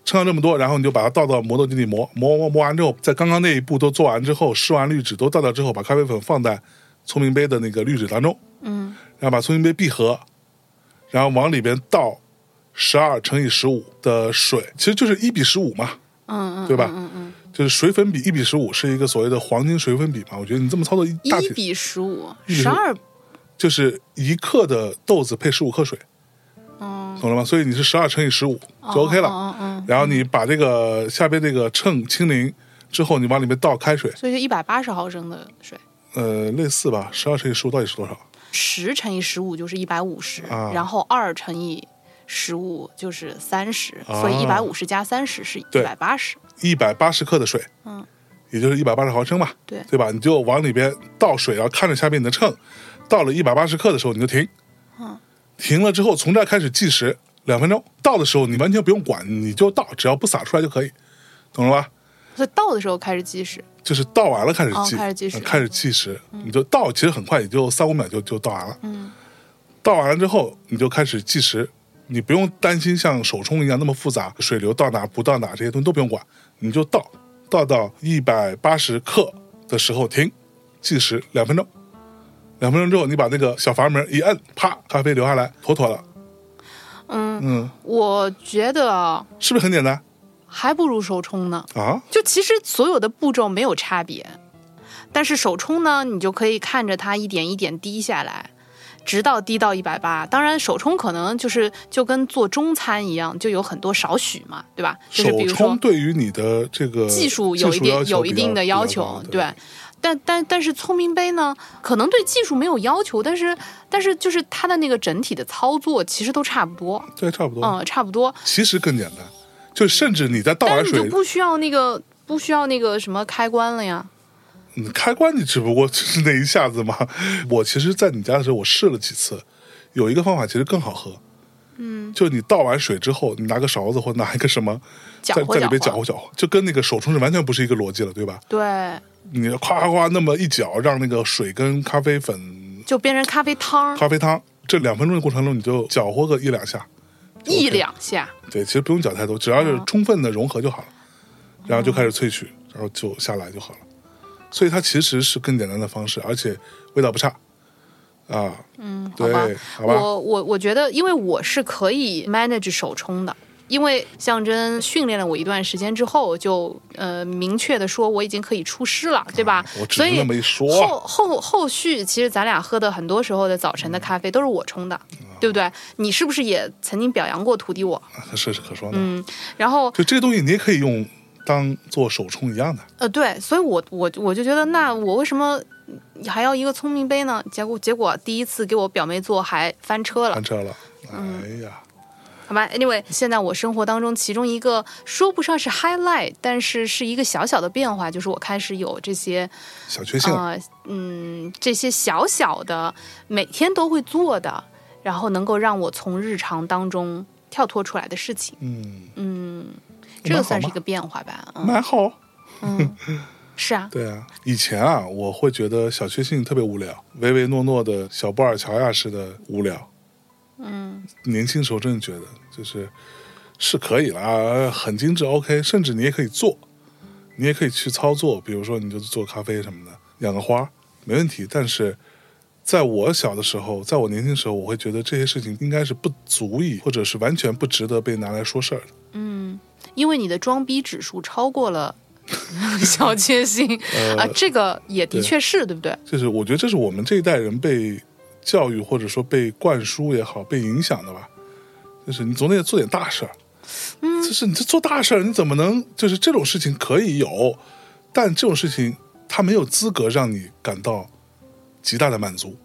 [SPEAKER 3] 称了这么多，然后你就把它倒到磨豆机里磨，磨磨磨完之后，在刚刚那一步都做完之后，试完滤纸都倒掉之后，把咖啡粉放在聪明杯的那个滤纸当中，
[SPEAKER 2] 嗯，
[SPEAKER 3] 然后把聪明杯闭合，然后往里边倒十二乘以十五的水，其实就是一比十五嘛，
[SPEAKER 2] 嗯嗯，
[SPEAKER 3] 对吧
[SPEAKER 2] 嗯嗯
[SPEAKER 3] 就是水粉比一比十五是一个所谓的黄金水粉比嘛。我觉得你这么操作一
[SPEAKER 2] 嗯，
[SPEAKER 3] 大
[SPEAKER 2] 一
[SPEAKER 3] 体
[SPEAKER 2] 比十五，
[SPEAKER 3] 一比
[SPEAKER 2] 十二，
[SPEAKER 3] 就是一克的豆子配十五克水，
[SPEAKER 2] 嗯，
[SPEAKER 3] 懂了吗？所以你是十二乘以十五就 OK 了。
[SPEAKER 2] 嗯嗯嗯，
[SPEAKER 3] 然后你把这个下边这个秤清零之后，你往里面倒开水，
[SPEAKER 2] 所以就一百八十毫升的水，
[SPEAKER 3] 呃，类似吧，十二乘以十五到底是多少？
[SPEAKER 2] 十乘以十五就是一百五十，
[SPEAKER 3] 啊
[SPEAKER 2] 然后二乘以十五就是三十、
[SPEAKER 3] 啊
[SPEAKER 2] 所以一百五十加三十是一
[SPEAKER 3] 对
[SPEAKER 2] 百八十。
[SPEAKER 3] 一百八十克的水，
[SPEAKER 2] 嗯，
[SPEAKER 3] 也就是一百八十毫升吧，
[SPEAKER 2] 对
[SPEAKER 3] 对吧？你就往里边倒水，然后看着下面你的秤，到了一百八十克的时候你就停，
[SPEAKER 2] 嗯，
[SPEAKER 3] 停了之后从这儿开始计时两分钟，倒的时候你完全不用管，你就倒，只要不洒出来就可以，懂了吧？
[SPEAKER 2] 所以倒的时候开始计时，
[SPEAKER 3] 就是倒完了开始计，
[SPEAKER 2] 哦开始计时
[SPEAKER 3] 嗯开始计时你就倒，其实很快，也就三五秒就就倒完了。
[SPEAKER 2] 嗯，
[SPEAKER 3] 倒完了之后你就开始计时，你不用担心像手冲一样那么复杂，水流到哪不到哪这些东西都不用管，你就倒，倒到一百八十克的时候停，计时两分钟，两分钟之后你把那个小阀门一摁，啪，咖啡流下来，妥妥的。
[SPEAKER 2] 嗯，
[SPEAKER 3] 嗯，
[SPEAKER 2] 我觉得
[SPEAKER 3] 是不是很简单
[SPEAKER 2] 还不如手冲呢。
[SPEAKER 3] 啊？
[SPEAKER 2] 就其实所有的步骤没有差别，但是手冲呢，你就可以看着它一点一点滴下来，直到滴到一百八。当然，手冲可能就是就跟做中餐一样，就有很多少许嘛，对吧？就是
[SPEAKER 3] 手
[SPEAKER 2] 比如说
[SPEAKER 3] 冲对于你的这个
[SPEAKER 2] 技术有一定
[SPEAKER 3] 技术要求
[SPEAKER 2] 有一定的
[SPEAKER 3] 比较
[SPEAKER 2] 要
[SPEAKER 3] 比较高
[SPEAKER 2] 求，对。但但但是聪明杯呢，可能对技术没有要求，但是但是就是它的那个整体的操作其实都差不多，
[SPEAKER 3] 对，差不多。
[SPEAKER 2] 嗯，差不多。
[SPEAKER 3] 其实更简单，就甚至你在倒
[SPEAKER 2] 但
[SPEAKER 3] 完
[SPEAKER 2] 是你就
[SPEAKER 3] 水，
[SPEAKER 2] 不需要那个不需要那个什么开关了呀。
[SPEAKER 3] 你开关你只不过就是那一下子嘛。 (laughs) 我其实，在你家的时候，我试了几次，有一个方法其实更好喝。嗯，就你倒完水之后，你拿个勺子或拿一个什么，
[SPEAKER 2] 搅
[SPEAKER 3] 在
[SPEAKER 2] 和
[SPEAKER 3] 在里边
[SPEAKER 2] 搅
[SPEAKER 3] 搅
[SPEAKER 2] 和
[SPEAKER 3] 和搅和，就跟那个手冲是完全不是一个逻辑了，对吧？
[SPEAKER 2] 对，
[SPEAKER 3] 你夸夸夸那么一搅，让那个水跟咖啡粉、
[SPEAKER 2] 就变成咖啡汤儿
[SPEAKER 3] 咖啡汤这两分钟的过程中，你就搅和个一两下，
[SPEAKER 2] 一两下。
[SPEAKER 3] 对，其实不用搅太多，只要
[SPEAKER 2] 哦
[SPEAKER 3] 是充分的融合就好了，然后就开始萃取，然后就下来就好了。所以它其实是更简单的方式，而且味道不差啊。嗯，对，
[SPEAKER 2] 好
[SPEAKER 3] 好
[SPEAKER 2] 吧
[SPEAKER 3] 吧，
[SPEAKER 2] 我我我觉得，因为我是可以 manage 手冲的，因为象征训练了我一段时间之后，就呃明确的说我已经可以出师了，对吧？
[SPEAKER 3] 哎我只
[SPEAKER 2] 所
[SPEAKER 3] 是
[SPEAKER 2] 以
[SPEAKER 3] 那么一说啊
[SPEAKER 2] 后后后续，其实咱俩喝的很多时候的早晨的咖啡都是我冲的，
[SPEAKER 3] 嗯
[SPEAKER 2] 对不对？你是不是也曾经表扬过徒弟我？
[SPEAKER 3] 可是是可说呢。
[SPEAKER 2] 嗯，然后
[SPEAKER 3] 就这个东西，你也可以用当做手冲一样的。
[SPEAKER 2] 呃，对，所以我我我就觉得，那我为什么还要一个聪明杯呢？结果结果第一次给我表妹做还翻车了
[SPEAKER 3] 翻，车了，哎
[SPEAKER 2] 嗯
[SPEAKER 3] 呀，
[SPEAKER 2] 好吧？Anyway，现在我生活当中其中一个说不上是 highlight，但是是一个小小的变化，就是我开始有这些
[SPEAKER 3] 小确幸了。
[SPEAKER 2] 呃嗯这些小小的每天都会做的，然后能够让我从日常当中跳脱出来的事情，
[SPEAKER 3] 嗯，
[SPEAKER 2] 嗯，
[SPEAKER 3] 蛮
[SPEAKER 2] 这个
[SPEAKER 3] 好
[SPEAKER 2] 算是
[SPEAKER 3] 嘛
[SPEAKER 2] 一个变化吧，嗯
[SPEAKER 3] 蛮好。哦
[SPEAKER 2] 嗯，是啊，
[SPEAKER 3] 对啊，以前啊，我会觉得小确幸特别无聊，唯唯诺诺的小布尔乔亚式的无聊。
[SPEAKER 2] 嗯
[SPEAKER 3] 年轻时候真的觉得就是是可以啦，很精致 OK，甚至你也可以做，你也可以去操作，比如说你就做咖啡什么的，养个花没问题。但是在我小的时候，在我年轻时候，我会觉得这些事情应该是不足以，或者是完全不值得被拿来说事儿的。
[SPEAKER 2] 嗯，因为你的装逼指数超过
[SPEAKER 3] (laughs)
[SPEAKER 2] 了小确幸、啊，
[SPEAKER 3] 呃，
[SPEAKER 2] 这个也的确是对不对？
[SPEAKER 3] 就是我觉得这是我们这一代人被教育或者说被灌输也好，被影响的吧。就是你总得做点大事儿，嗯，就是你这做大事儿，你怎么能就是这种事情可以有，但这种事情它没有资格让你感到极大的满足。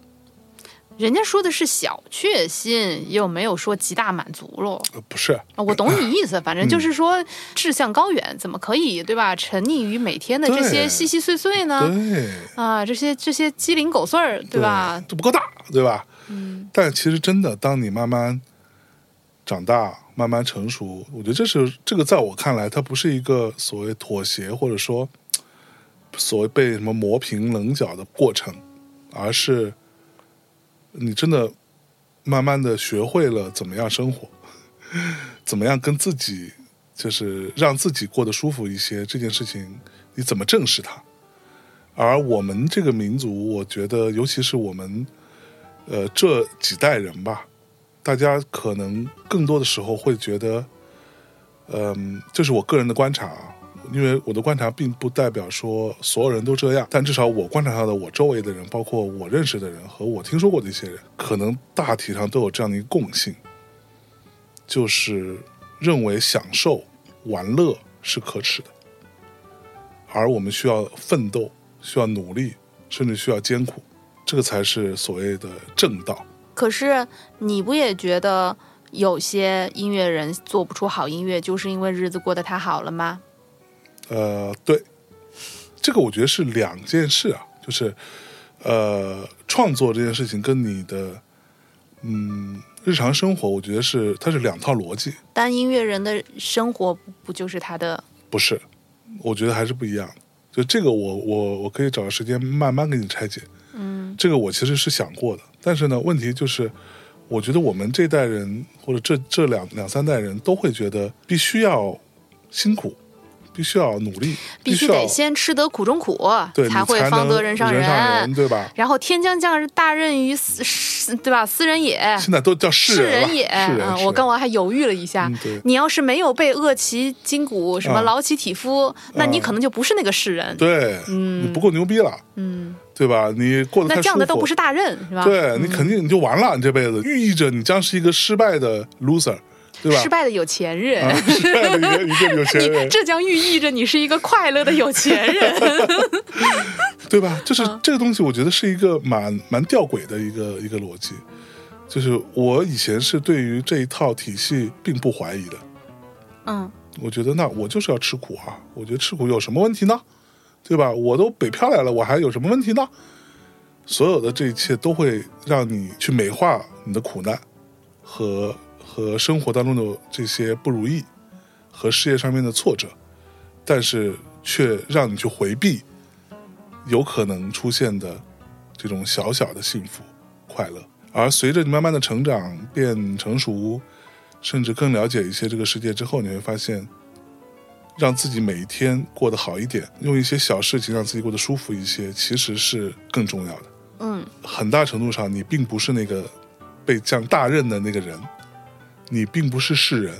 [SPEAKER 2] 人家说的是小确幸，又没有说极大满足了。
[SPEAKER 3] 呃，不是，
[SPEAKER 2] 啊我懂你意
[SPEAKER 3] (coughs)
[SPEAKER 2] 思，反
[SPEAKER 3] 嗯
[SPEAKER 2] 正就是说志向高远，怎么可以对吧？沉溺于每天的这些
[SPEAKER 3] 对
[SPEAKER 2] 细细碎碎呢？
[SPEAKER 3] 对，
[SPEAKER 2] 啊，这些这些鸡零狗碎儿，对吧？？
[SPEAKER 3] 都不够大，对吧？嗯。但其实真的，当你慢慢长大、慢慢成熟，我觉得这是这个，在我看来，它不是一个所谓妥协，或者说所谓被什么磨平棱角的过程，而是你真的 (laughs) 慢慢的学会了怎么样生活，怎么样跟自己就是让自己过得舒服一些这件事情，你怎么正视它？而我们这个民族，我觉得，尤其是我们，呃，这几代人吧，大家可能更多的时候会觉得，嗯、这是我个人的观察啊，因为我的观察并不代表说所有人都这样，但至少我观察到的，我周围的人，包括我认识的人和我听说过的一些人，可能大体上都有这样的一个共性，就是认为享受、玩乐是可耻的，而我们需要奋斗，需要努力，甚至需要艰苦，这个才是所谓的正道。
[SPEAKER 2] 可是你不也觉得有些音乐人做不出好音乐，就是因为日子过得太好了吗？
[SPEAKER 3] 呃，对，这个我觉得是两件事啊，就是呃，创作这件事情跟你的嗯日常生活，我觉得是它是两套逻辑，
[SPEAKER 2] 但音乐人的生活不就是他的？
[SPEAKER 3] 不是，我觉得还是不一样的。就这个我，我我可以找时间慢慢给你拆解。嗯，这个我其实是想过的，但是呢，问题就是，我觉得我们这代人或者这这两两三代人都会觉得必须要辛苦，必须要努力，
[SPEAKER 2] 必须
[SPEAKER 3] 须要
[SPEAKER 2] 得先吃得苦中苦，
[SPEAKER 3] 对你才
[SPEAKER 2] 会方
[SPEAKER 3] 能
[SPEAKER 2] 得人上
[SPEAKER 3] 人
[SPEAKER 2] 人。
[SPEAKER 3] 对吧？
[SPEAKER 2] 然后天将降大任于斯，是对吧？斯人也，
[SPEAKER 3] 现在都叫世
[SPEAKER 2] 哎世
[SPEAKER 3] 人了
[SPEAKER 2] 人也。
[SPEAKER 3] 世人
[SPEAKER 2] 嗯，
[SPEAKER 3] 世
[SPEAKER 2] 我
[SPEAKER 3] 人
[SPEAKER 2] 刚我还犹豫了一下
[SPEAKER 3] 嗯对，
[SPEAKER 2] 你要是没有被饿其筋骨，什么
[SPEAKER 3] 嗯
[SPEAKER 2] 劳其体肤，那你
[SPEAKER 3] 嗯
[SPEAKER 2] 可能就不是那个世人。
[SPEAKER 3] 对，你不够牛逼了，
[SPEAKER 2] 嗯，
[SPEAKER 3] 对吧？你过得太
[SPEAKER 2] 那这样的
[SPEAKER 3] 舒服
[SPEAKER 2] 都不是大任，是吧？
[SPEAKER 3] 对你肯定你就完了，你这辈子寓意着你将是一个失败的 loser，对吧？
[SPEAKER 2] 失败的有钱人。
[SPEAKER 3] 啊，失败的一个一个有钱
[SPEAKER 2] (laughs) 你 (laughs)
[SPEAKER 3] 人，
[SPEAKER 2] 这将寓意着你是一个快乐的有钱
[SPEAKER 3] (laughs)
[SPEAKER 2] 人。
[SPEAKER 3] 对吧？就是
[SPEAKER 2] 嗯
[SPEAKER 3] 这个东西，我觉得是一个蛮蛮吊诡的一个一个逻辑。就是我以前是对于这一套体系并不怀疑的，
[SPEAKER 2] 嗯，
[SPEAKER 3] 我觉得那我就是要吃苦啊，我觉得吃苦有什么问题呢？对吧？我都北漂来了，我还有什么问题呢？所有的这一切都会让你去美化你的苦难和和生活当中的这些不如意和事业上面的挫折，但是却让你去回避有可能出现的这种小小的幸福快乐。而随着你慢慢的成长、变成熟，甚至更了解一些这个世界之后，你会发现，让自己每一天过得好一点，用一些小事情让自己过得舒服一些，其实是更重要的。
[SPEAKER 2] 嗯，
[SPEAKER 3] 很大程度上，你并不是那个被降大任的那个人，你并不是世人，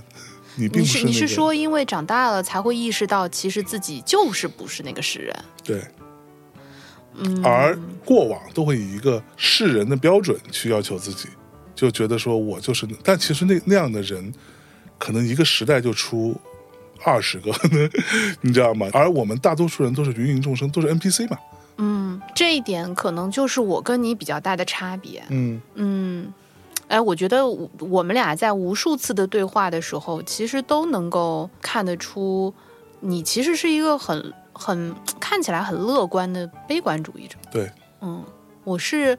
[SPEAKER 3] 你并
[SPEAKER 2] 你
[SPEAKER 3] 不
[SPEAKER 2] 是
[SPEAKER 3] 那
[SPEAKER 2] 你是
[SPEAKER 3] 个
[SPEAKER 2] 说，因为长大了才会意识到，其实自己就是不是那个世人？
[SPEAKER 3] 对，
[SPEAKER 2] 嗯，
[SPEAKER 3] 而过往都会以一个世人的标准去要求自己，就觉得说我就是那，但其实那那样的人，可能一个时代就出二十个，你知道吗？而我们大多数人都是芸芸众生，都是 NPC 嘛，
[SPEAKER 2] 嗯，这一点可能就是我跟你比较大的差别。
[SPEAKER 3] 嗯
[SPEAKER 2] 嗯，哎，我觉得我我们俩在无数次的对话的时候，其实都能够看得出，你其实是一个很很看起来很乐观的悲观主义者。
[SPEAKER 3] 对，
[SPEAKER 2] 嗯，我是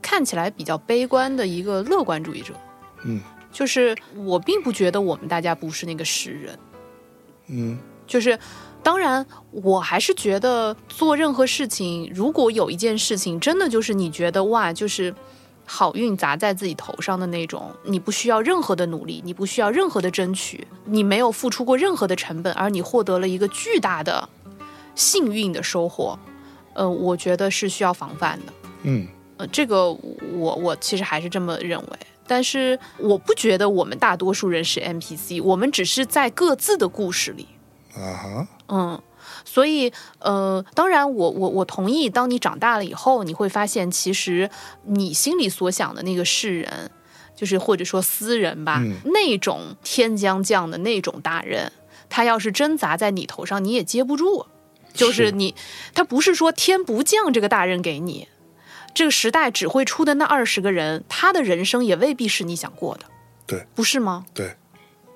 [SPEAKER 2] 看起来比较悲观的一个乐观主义者。
[SPEAKER 3] 嗯，
[SPEAKER 2] 就是我并不觉得我们大家不是那个诗人，
[SPEAKER 3] 嗯，
[SPEAKER 2] 就是。当然，我还是觉得做任何事情，如果有一件事情真的就是你觉得哇，就是好运砸在自己头上的那种，你不需要任何的努力，你不需要任何的争取，你没有付出过任何的成本，而你获得了一个巨大的幸运的收获，呃，我觉得是需要防范的。
[SPEAKER 3] 嗯，
[SPEAKER 2] 呃，这个我我其实还是这么认为。但是我不觉得我们大多数人是 NPC，我们只是在各自的故事里，
[SPEAKER 3] 啊哈，
[SPEAKER 2] 嗯，所以呃，当然我我我同意，当你长大了以后，你会发现其实你心里所想的那个世人，就是或者说私人吧，
[SPEAKER 3] 嗯
[SPEAKER 2] 那种天将降的那种大人，他要是真砸在你头上，你也接不住。就是
[SPEAKER 3] 是
[SPEAKER 2] 你，他不是说天不降这个大任给你，这个时代只会出的那二十个人，他的人生也未必是你想过的，
[SPEAKER 3] 对，
[SPEAKER 2] 不是吗？
[SPEAKER 3] 对，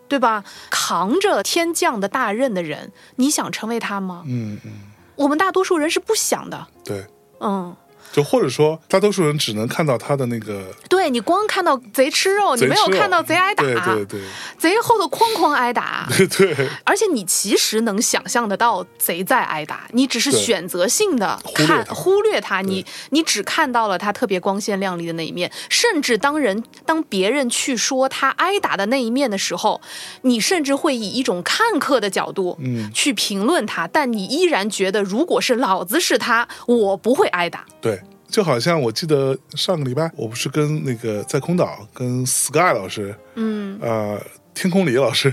[SPEAKER 2] 对吧？扛着天降的大任的人，你想成为他吗？
[SPEAKER 3] 嗯嗯，
[SPEAKER 2] 我们大多数人是不想的。
[SPEAKER 3] 对，
[SPEAKER 2] 嗯，
[SPEAKER 3] 就或者说大多数人只能看到他的那个
[SPEAKER 2] 对你光看到贼吃肉，哦你
[SPEAKER 3] 贼
[SPEAKER 2] 没有
[SPEAKER 3] 吃肉
[SPEAKER 2] 看到贼挨打，
[SPEAKER 3] 对对对
[SPEAKER 2] 贼后头哐哐挨打。
[SPEAKER 3] 对 (laughs) 对，
[SPEAKER 2] 而且你其实能想象得到贼在挨打，你只是
[SPEAKER 3] 对
[SPEAKER 2] 选择性的
[SPEAKER 3] 忽略
[SPEAKER 2] 看
[SPEAKER 3] 它
[SPEAKER 2] 忽略他，你你只看到了他特别光鲜亮丽的那一面，甚至当人当别人去说他挨打的那一面的时候，你甚至会以一种看客的角度
[SPEAKER 3] 嗯
[SPEAKER 2] 去评论他，但你依然觉得如果是老子是他，我不会挨打。
[SPEAKER 3] 对，就好像我记得上个礼拜，我不是跟那个在空岛跟 Sky 老师，嗯，呃，天空里老师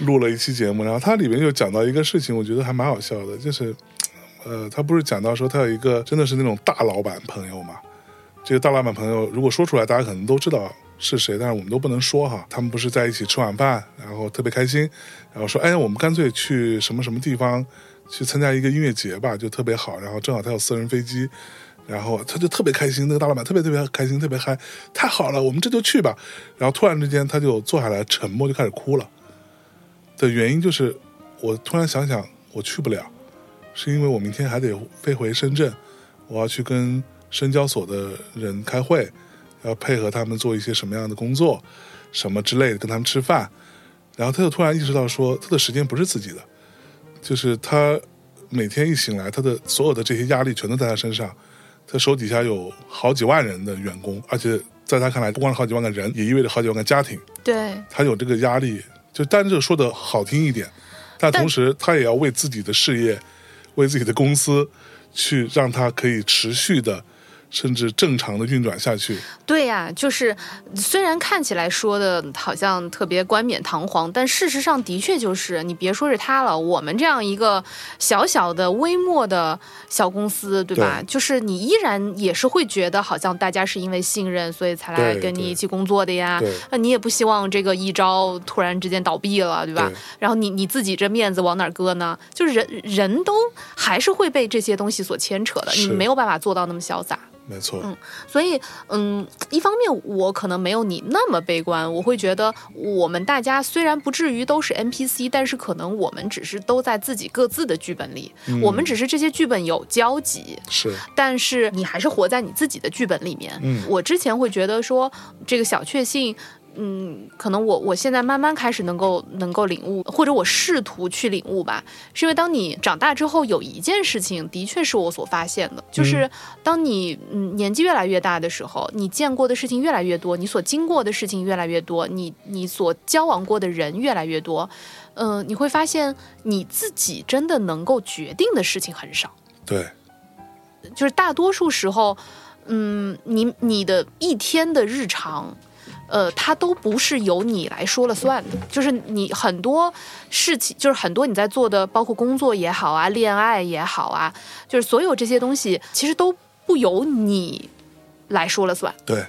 [SPEAKER 3] 录了一期节目，然后他里面就讲到一个事情，我觉得还蛮好笑的，就是，呃，他不是讲到说他有一个真的是那种大老板朋友嘛，这个大老板朋友如果说出来，大家可能都知道。是谁？但是我们都不能说哈。他们不是在一起吃晚饭，然后特别开心，然后说：“哎，我们干脆去什么什么地方去参加一个音乐节吧，就特别好。”然后正好他有私人飞机，然后他就特别开心，那个大老板特别特别开心，特别嗨，太好了，我们这就去吧。然后突然之间他就坐下来，沉默，就开始哭了。的原因就是，我突然想想，我去不了，是因为我明天还得飞回深圳，我要去跟深交所的人开会，要配合他们做一些什么样的工作，什么之类的，跟他们吃饭。然后他就突然意识到说，他的时间不是自己的，就是他每天一醒来，他的所有的这些压力全都在他身上。他手底下有好几万人的员工，而且在他看来，不光是好几万个人，也意味着好几万个家庭。
[SPEAKER 2] 对，
[SPEAKER 3] 他有这个压力，就但这个说的好听一点，但
[SPEAKER 2] 但
[SPEAKER 3] 同时他也要为自己的事业、为自己的公司，去让他可以持续的，甚至正常的运转下去。
[SPEAKER 2] 对呀、就是虽然看起来说的好像特别冠冕堂皇，但事实上的确就是，你别说是他了，我们这样一个小小的、微末的小公司，对吧？
[SPEAKER 3] 对
[SPEAKER 2] 就是你依然也是会觉得，好像大家是因为信任，所以才来
[SPEAKER 3] 对
[SPEAKER 2] 跟你
[SPEAKER 3] 对
[SPEAKER 2] 一起工作的呀呃
[SPEAKER 3] 对。
[SPEAKER 2] 那你也不希望这个一招突然之间倒闭了，对吧？
[SPEAKER 3] 对
[SPEAKER 2] 然后你你自己这面子往哪儿搁呢？就是人人都还是会被这些东西所牵扯的，你
[SPEAKER 3] 是
[SPEAKER 2] 没有办法做到那么潇洒。
[SPEAKER 3] 没错，
[SPEAKER 2] 所以，嗯，一方面我可能没有你那么悲观，我会觉得我们大家虽然不至于都是 NPC，但是可能我们只是都在自己各自的剧本里，我们只是这些剧本有交集，
[SPEAKER 3] 是
[SPEAKER 2] 但是你还是活在你自己的剧本里面。
[SPEAKER 3] 嗯
[SPEAKER 2] 我之前会觉得说这个小确幸。嗯，可能我我现在慢慢开始能够能够领悟，或者我试图去领悟吧，是因为当你长大之后，有一件事情的确是我所发现的，就是当你嗯年纪越来越大的时候，你见过的事情越来越多，你所经过的事情越来越多，你你所交往过的人越来越多，嗯、你会发现你自己真的能够决定的事情很少。
[SPEAKER 3] 对，
[SPEAKER 2] 就是大多数时候，嗯，你你的一天的日常，呃，它都不是由你来说了算的，就是你很多事情，就是很多你在做的，包括工作也好啊，恋爱也好啊，就是所有这些东西，其实都不由你来说了算。
[SPEAKER 3] 对，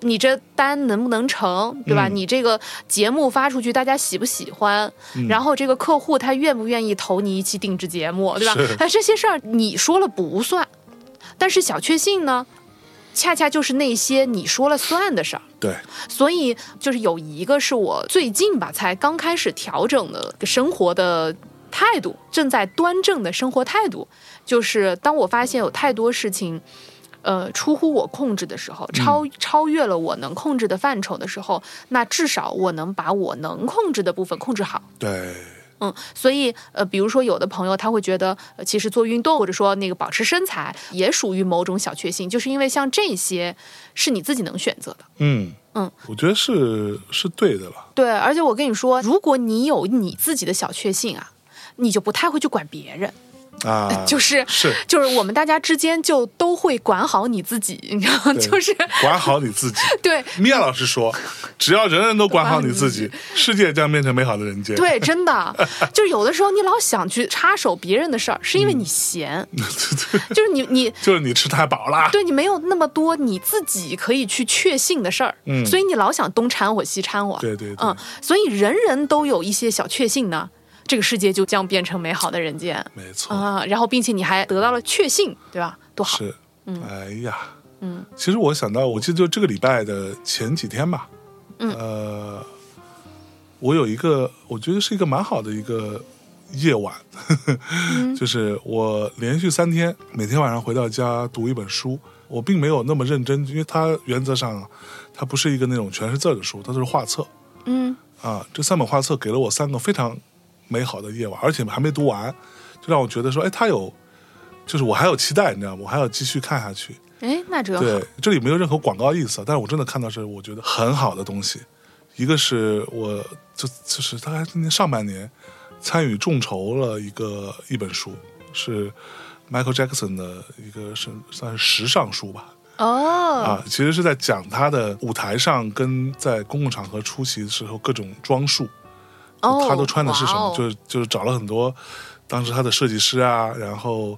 [SPEAKER 2] 你这单能不能成，对吧？
[SPEAKER 3] 嗯
[SPEAKER 2] 你这个节目发出去，大家喜不喜欢？
[SPEAKER 3] 嗯
[SPEAKER 2] 然后这个客户他愿不愿意投你一期定制节目，对吧
[SPEAKER 3] 是？
[SPEAKER 2] 哎，这些事儿你说了不算，但是小确幸呢，恰恰就是那些你说了算的事儿。
[SPEAKER 3] 对，
[SPEAKER 2] 所以就是有一个是我最近吧，才刚开始调整的生活的态度，正在端正的生活态度，就是当我发现有太多事情。呃，出乎我控制的时候，超超越了我能控制的范畴的时候，那至少我能把我能控制的部分控制好。
[SPEAKER 3] 对，
[SPEAKER 2] 嗯，所以呃，比如说有的朋友他会觉得，呃其实做运动或者说那个保持身材也属于某种小确幸，就是因为像这些是你自己能选择的。
[SPEAKER 3] 嗯
[SPEAKER 2] 嗯，
[SPEAKER 3] 我觉得是是对的了。
[SPEAKER 2] 对，而且我跟你说，如果你有你自己的小确幸啊，你就不太会去管别人，(laughs)
[SPEAKER 3] 啊，
[SPEAKER 2] 就是
[SPEAKER 3] 是
[SPEAKER 2] 就是我们大家之间就都会管好你自己，你知道吗？
[SPEAKER 3] 对
[SPEAKER 2] 就是
[SPEAKER 3] 管好你自己。
[SPEAKER 2] 对。
[SPEAKER 3] (laughs) 米娅老师说，只要人人都管好你自己，世界将变成美好的人间。 (laughs)
[SPEAKER 2] 对，真的，就是有的时候你老想去插手别人的事儿，是因为
[SPEAKER 3] 嗯
[SPEAKER 2] 你闲，
[SPEAKER 3] 对，
[SPEAKER 2] 就是你你
[SPEAKER 3] 就是你吃太饱啦。
[SPEAKER 2] 对你没有那么多你自己可以去确信的事儿，
[SPEAKER 3] 嗯
[SPEAKER 2] 所以你老想东掺和西掺和，
[SPEAKER 3] 对对对
[SPEAKER 2] 嗯，所以人人都有一些小确幸呢，这个世界就将变成美好的人间
[SPEAKER 3] 没错，
[SPEAKER 2] 啊、然后并且你还得到了确信，对吧？多好，
[SPEAKER 3] 是，哎呀，嗯，其实我想到，我记得就这个礼拜的前几天吧，嗯，呃，我有一个，我觉得是一个蛮好的一个夜晚， (laughs) 就是我连续三天，每天晚上回到家读一本书，我并没有那么认真，因为它原则上啊它不是一个那种全是字儿的书，它都是画册
[SPEAKER 2] 嗯，
[SPEAKER 3] 啊。这三本画册给了我三个非常美好的夜晚，而且还没读完，就让我觉得说，哎，它有，就是我还有期待，你知道吗？我还要继续看下去。
[SPEAKER 2] 哎，那这个
[SPEAKER 3] 对，这里没有任何广告意思，但是我真的看到是我觉得很好的东西。一个是我就就是大概今年上半年参与众筹了一个一本书，是 Michael Jackson 的一个是算是时尚书吧，
[SPEAKER 2] 哦，
[SPEAKER 3] 啊，其实是在讲他的舞台上跟在公共场合出席的时候各种装束，
[SPEAKER 2] 哦，
[SPEAKER 3] 他都穿的是什么？
[SPEAKER 2] 哇哦
[SPEAKER 3] 就是就是找了很多当时他的设计师啊，然后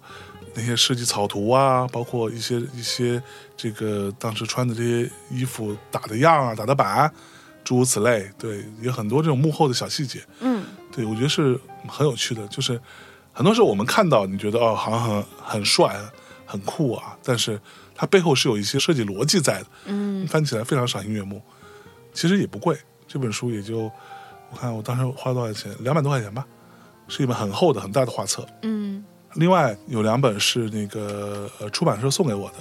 [SPEAKER 3] 那些设计草图啊，包括一些一些这个当时穿的这些衣服打的样啊、打的版，诸如此类。对，有很多这种幕后的小细节。
[SPEAKER 2] 嗯，
[SPEAKER 3] 对，我觉得是很有趣的，就是很多时候我们看到你觉得哦，好像很很帅、很酷啊，但是它背后是有一些设计逻辑在的，嗯，翻起来非常赏心悦目。其实也不贵，这本书也就我看我当时花多少钱，两百多块钱吧，是一本很厚的、很大的画册。
[SPEAKER 2] 嗯，
[SPEAKER 3] 另外有两本是那个呃出版社送给我的，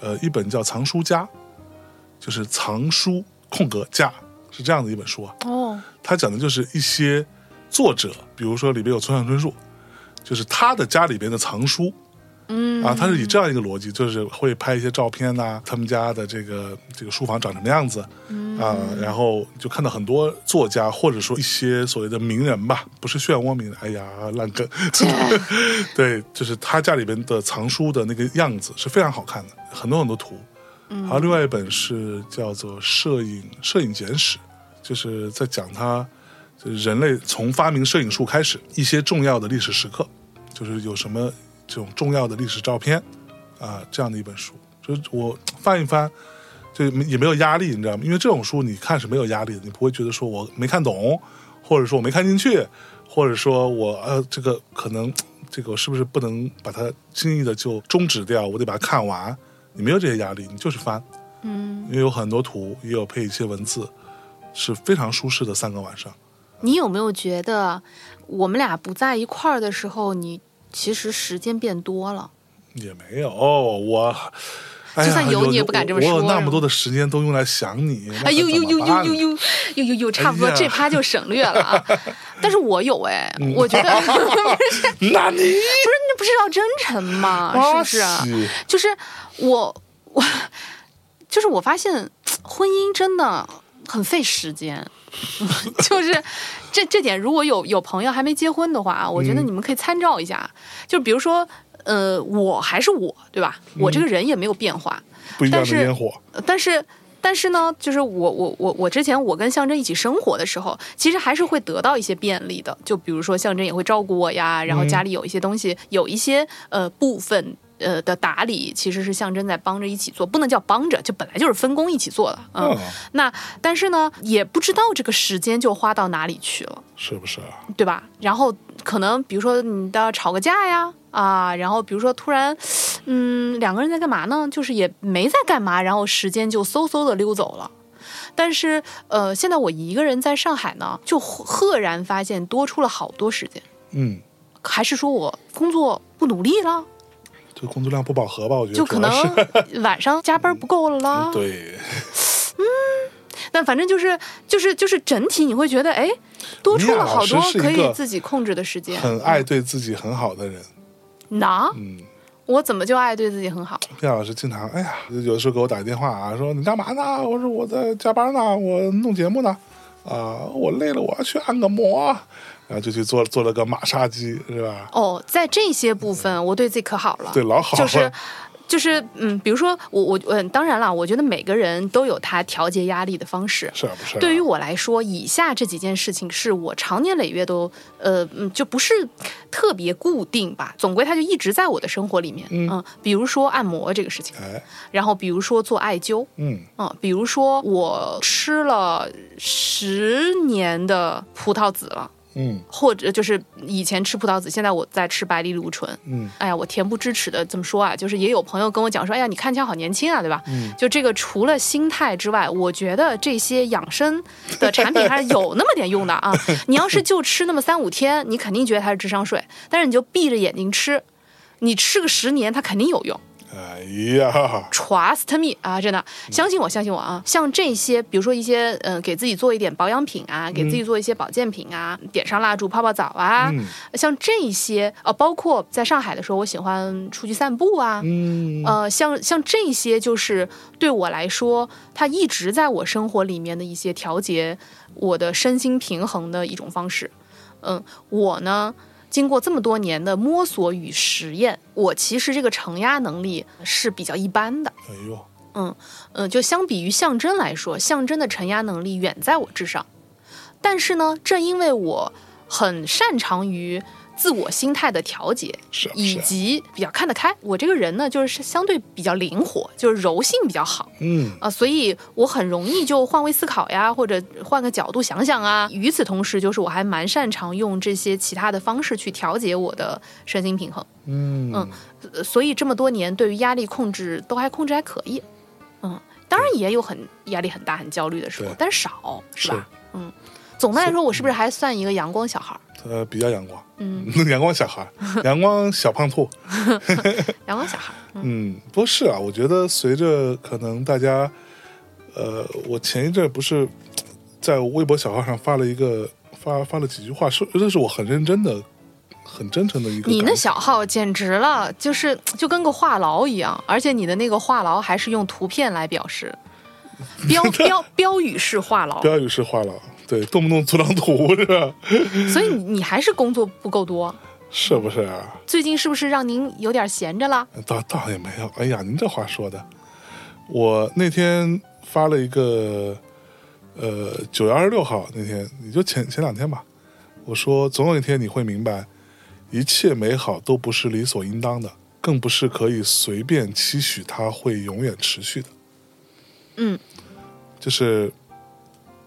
[SPEAKER 3] 呃，一本叫《藏书家》，就是藏书空格家是这样的一本书啊，
[SPEAKER 2] 哦，
[SPEAKER 3] 他讲的就是一些作者，比如说里边有村上春树，就是他的家里边的藏书。嗯啊，他是以这样一个逻辑，就是会拍一些照片呐、他们家的这个这个书房长什么样子，啊，然后就看到很多作家或者说一些所谓的名人吧，不是漩涡名人，哎呀，烂梗，对，就是他家里边的藏书的那个样子是非常好看的，很多很多图。还有另外一本是叫做《摄影摄影简史》，就是在讲他就是人类从发明摄影术开始一些重要的历史时刻，就是有什么这种重要的历史照片啊、这样的一本书，就是我翻一翻。就也没有压力，你知道吗？因为这种书你看是没有压力的，你不会觉得说我没看懂，或者说我没看进去，或者说我呃这个可能这个我是不是不能把它轻易的就终止掉？我得把它看完。你没有这些压力，你就是翻，嗯，因为有很多图，也有配一些文字，是非常舒适的三个晚上。
[SPEAKER 2] 你有没有觉得我们俩不在一块儿的时候，你其实时间变多了？
[SPEAKER 3] 也没有哦我，哎呀、
[SPEAKER 2] 就算有你也不敢这么说
[SPEAKER 3] 我有那
[SPEAKER 2] 是
[SPEAKER 3] 么
[SPEAKER 2] 吗
[SPEAKER 3] 多的时间都用来想你，
[SPEAKER 2] 哎呦呦呦呦呦
[SPEAKER 3] 呦， (laughs)
[SPEAKER 2] 呦呦呦呦，差不多、
[SPEAKER 3] 哎呀嗯
[SPEAKER 2] 这趴就省略了
[SPEAKER 3] (laughs)
[SPEAKER 2] 啊。但是我有哎，我觉得 (laughs) 不是
[SPEAKER 3] 那你
[SPEAKER 2] 那不是要真诚
[SPEAKER 3] (laughs)
[SPEAKER 2] 吗？是不是啊？
[SPEAKER 3] 哇塞
[SPEAKER 2] 就是我我就是我发现婚姻真的很费时间， (laughs) 就是这这点，如果有有朋友还没结婚的话，啊我觉得你们可以参照一下，就比如说。呃，我还是我，对吧？我这个人也没有变化，
[SPEAKER 3] 不一样
[SPEAKER 2] 但
[SPEAKER 3] 的
[SPEAKER 2] 是
[SPEAKER 3] 烟火，
[SPEAKER 2] 但是但是呢，就是我我我我之前我跟象征一起生活的时候，其实还是会得到一些便利的，就比如说象征也会照顾我呀，然后家里有一些东西，有一些呃部分。呃的打理其实是象征在帮着一起做，不能叫帮着，就本来就是分工一起做的。嗯，
[SPEAKER 3] 嗯，
[SPEAKER 2] 那但是呢，也不知道这个时间就花到哪里去了。
[SPEAKER 3] 是不是啊？
[SPEAKER 2] 对吧？然后可能比如说你的吵个架呀啊，然后比如说突然，嗯，两个人在干嘛呢？就是也没在干嘛，然后时间就嗖嗖的溜走了。但是呃，现在我一个人在上海呢，就赫然发现多出了好多时间，
[SPEAKER 3] 嗯，
[SPEAKER 2] 还是说我工作不努力了？
[SPEAKER 3] 这工作量不饱和吧？我觉得
[SPEAKER 2] 就可
[SPEAKER 3] 主要
[SPEAKER 2] 能啊
[SPEAKER 3] 是 (laughs) 嗯
[SPEAKER 2] 晚上加班不够了啦。
[SPEAKER 3] 对，
[SPEAKER 2] 但反正就是就是就是整体你会觉得，哎，多出了好
[SPEAKER 3] 米娅
[SPEAKER 2] 多
[SPEAKER 3] 老师是一
[SPEAKER 2] 可以
[SPEAKER 3] 个
[SPEAKER 2] 自己控制的时间。
[SPEAKER 3] 很爱对自己很好的人，
[SPEAKER 2] 那
[SPEAKER 3] 嗯。
[SPEAKER 2] 我怎么就爱对自己很好？
[SPEAKER 3] 廖老师经常，哎呀，有的时候给我打电话啊，说你干嘛呢？我说我在加班呢，我弄节目呢，啊、我累了，我要去按个摩，然后就去做做了个马杀鸡，是吧？
[SPEAKER 2] 哦，在这些部分，我对自己可好了，
[SPEAKER 3] 嗯对，老好了，
[SPEAKER 2] 就是。就是嗯，比如说我我嗯，当然了，我觉得每个人都有他调节压力的方式。
[SPEAKER 3] 是啊不是啊、
[SPEAKER 2] 对于我来说，以下这几件事情是我常年累月都呃嗯，就不是特别固定吧，总归它就一直在我的生活里面。嗯比如说按摩这个事情，
[SPEAKER 3] 哎，
[SPEAKER 2] 然后比如说做艾灸，
[SPEAKER 3] 嗯，
[SPEAKER 2] 嗯，比如说我吃了十年的葡萄籽了，
[SPEAKER 3] 嗯
[SPEAKER 2] 或者就是以前吃葡萄籽，现在我在吃白藜芦醇。
[SPEAKER 3] 嗯
[SPEAKER 2] 哎呀，我恬不知耻的这么说啊，就是也有朋友跟我讲说，哎呀，你看起来好年轻啊，对吧？
[SPEAKER 3] 嗯，
[SPEAKER 2] 就这个除了心态之外，我觉得这些养生的产品还是有那么点用的啊。你要是就吃那么三五天，你肯定觉得它是智商税，但是你就闭着眼睛吃，你吃个十年，它肯定有用。
[SPEAKER 3] 哎呀，
[SPEAKER 2] trust me 啊，真的
[SPEAKER 3] 嗯
[SPEAKER 2] 相信我，相信我啊！像这些，比如说一些嗯、呃给自己做一点保养品
[SPEAKER 3] 嗯
[SPEAKER 2] 啊，给自己做一些保健品啊，点上蜡烛泡泡澡啊，
[SPEAKER 3] 嗯
[SPEAKER 2] 像这些呃，包括在上海的时候，我喜欢出去散步啊，
[SPEAKER 3] 嗯
[SPEAKER 2] 呃，像像这些，就是对我来说，它一直在我生活里面的一些调节我的身心平衡的一种方式。嗯，我呢，经过这么多年的摸索与实验，我其实这个承压能力是比较一般的。
[SPEAKER 3] 哎呦，
[SPEAKER 2] 嗯，就相比于象征来说，象征的承压能力远在我之上。但是呢，正因为我很擅长于自我心态的调节，
[SPEAKER 3] 是啊
[SPEAKER 2] 以
[SPEAKER 3] 是啊
[SPEAKER 2] 及比较看得开，我这个人呢，就是相对比较灵活，就是柔性比较好
[SPEAKER 3] 嗯
[SPEAKER 2] 啊、所以我很容易就换位思考呀，或者换个角度想想啊。与此同时，就是我还蛮擅长用这些其他的方式去调节我的身心平衡。
[SPEAKER 3] 嗯
[SPEAKER 2] 嗯呃所以这么多年对于压力控制都还控制还可以，嗯，当然也有很压力很大、很焦虑的时候
[SPEAKER 3] 对，
[SPEAKER 2] 但少是
[SPEAKER 3] 是
[SPEAKER 2] 吧？嗯，总的来说，我是不是还算一个阳光小孩儿？
[SPEAKER 3] 呃，比较阳光，
[SPEAKER 2] 嗯，
[SPEAKER 3] (laughs) 阳光小孩儿，阳光小胖兔，
[SPEAKER 2] 阳光小孩儿，嗯
[SPEAKER 3] 嗯，不过是啊，我觉得随着可能大家，呃，我前一阵儿不是在微博小号上发了一个发发了几句话，说这是我很认真的、很真诚的一个感
[SPEAKER 2] 你
[SPEAKER 3] 想。
[SPEAKER 2] 那小号简直了，就是就跟个话痨一样，而且你的那个话痨还是用图片来表示，
[SPEAKER 3] (laughs)
[SPEAKER 2] 标标标语式话痨，
[SPEAKER 3] 标语是话痨，对，动不动做张图是吧？
[SPEAKER 2] 所以你你还是工作不够多。
[SPEAKER 3] 是不是啊？
[SPEAKER 2] 最近是不是让您有点闲着了？
[SPEAKER 3] 倒倒也没有。哎呀，您这话说的，我那天发了一个，呃，九月二十六号那天，也就前前两天吧，我说总有一天你会明白，一切美好都不是理所应当的，更不是可以随便期许它会永远持续的。
[SPEAKER 2] 嗯，
[SPEAKER 3] 就是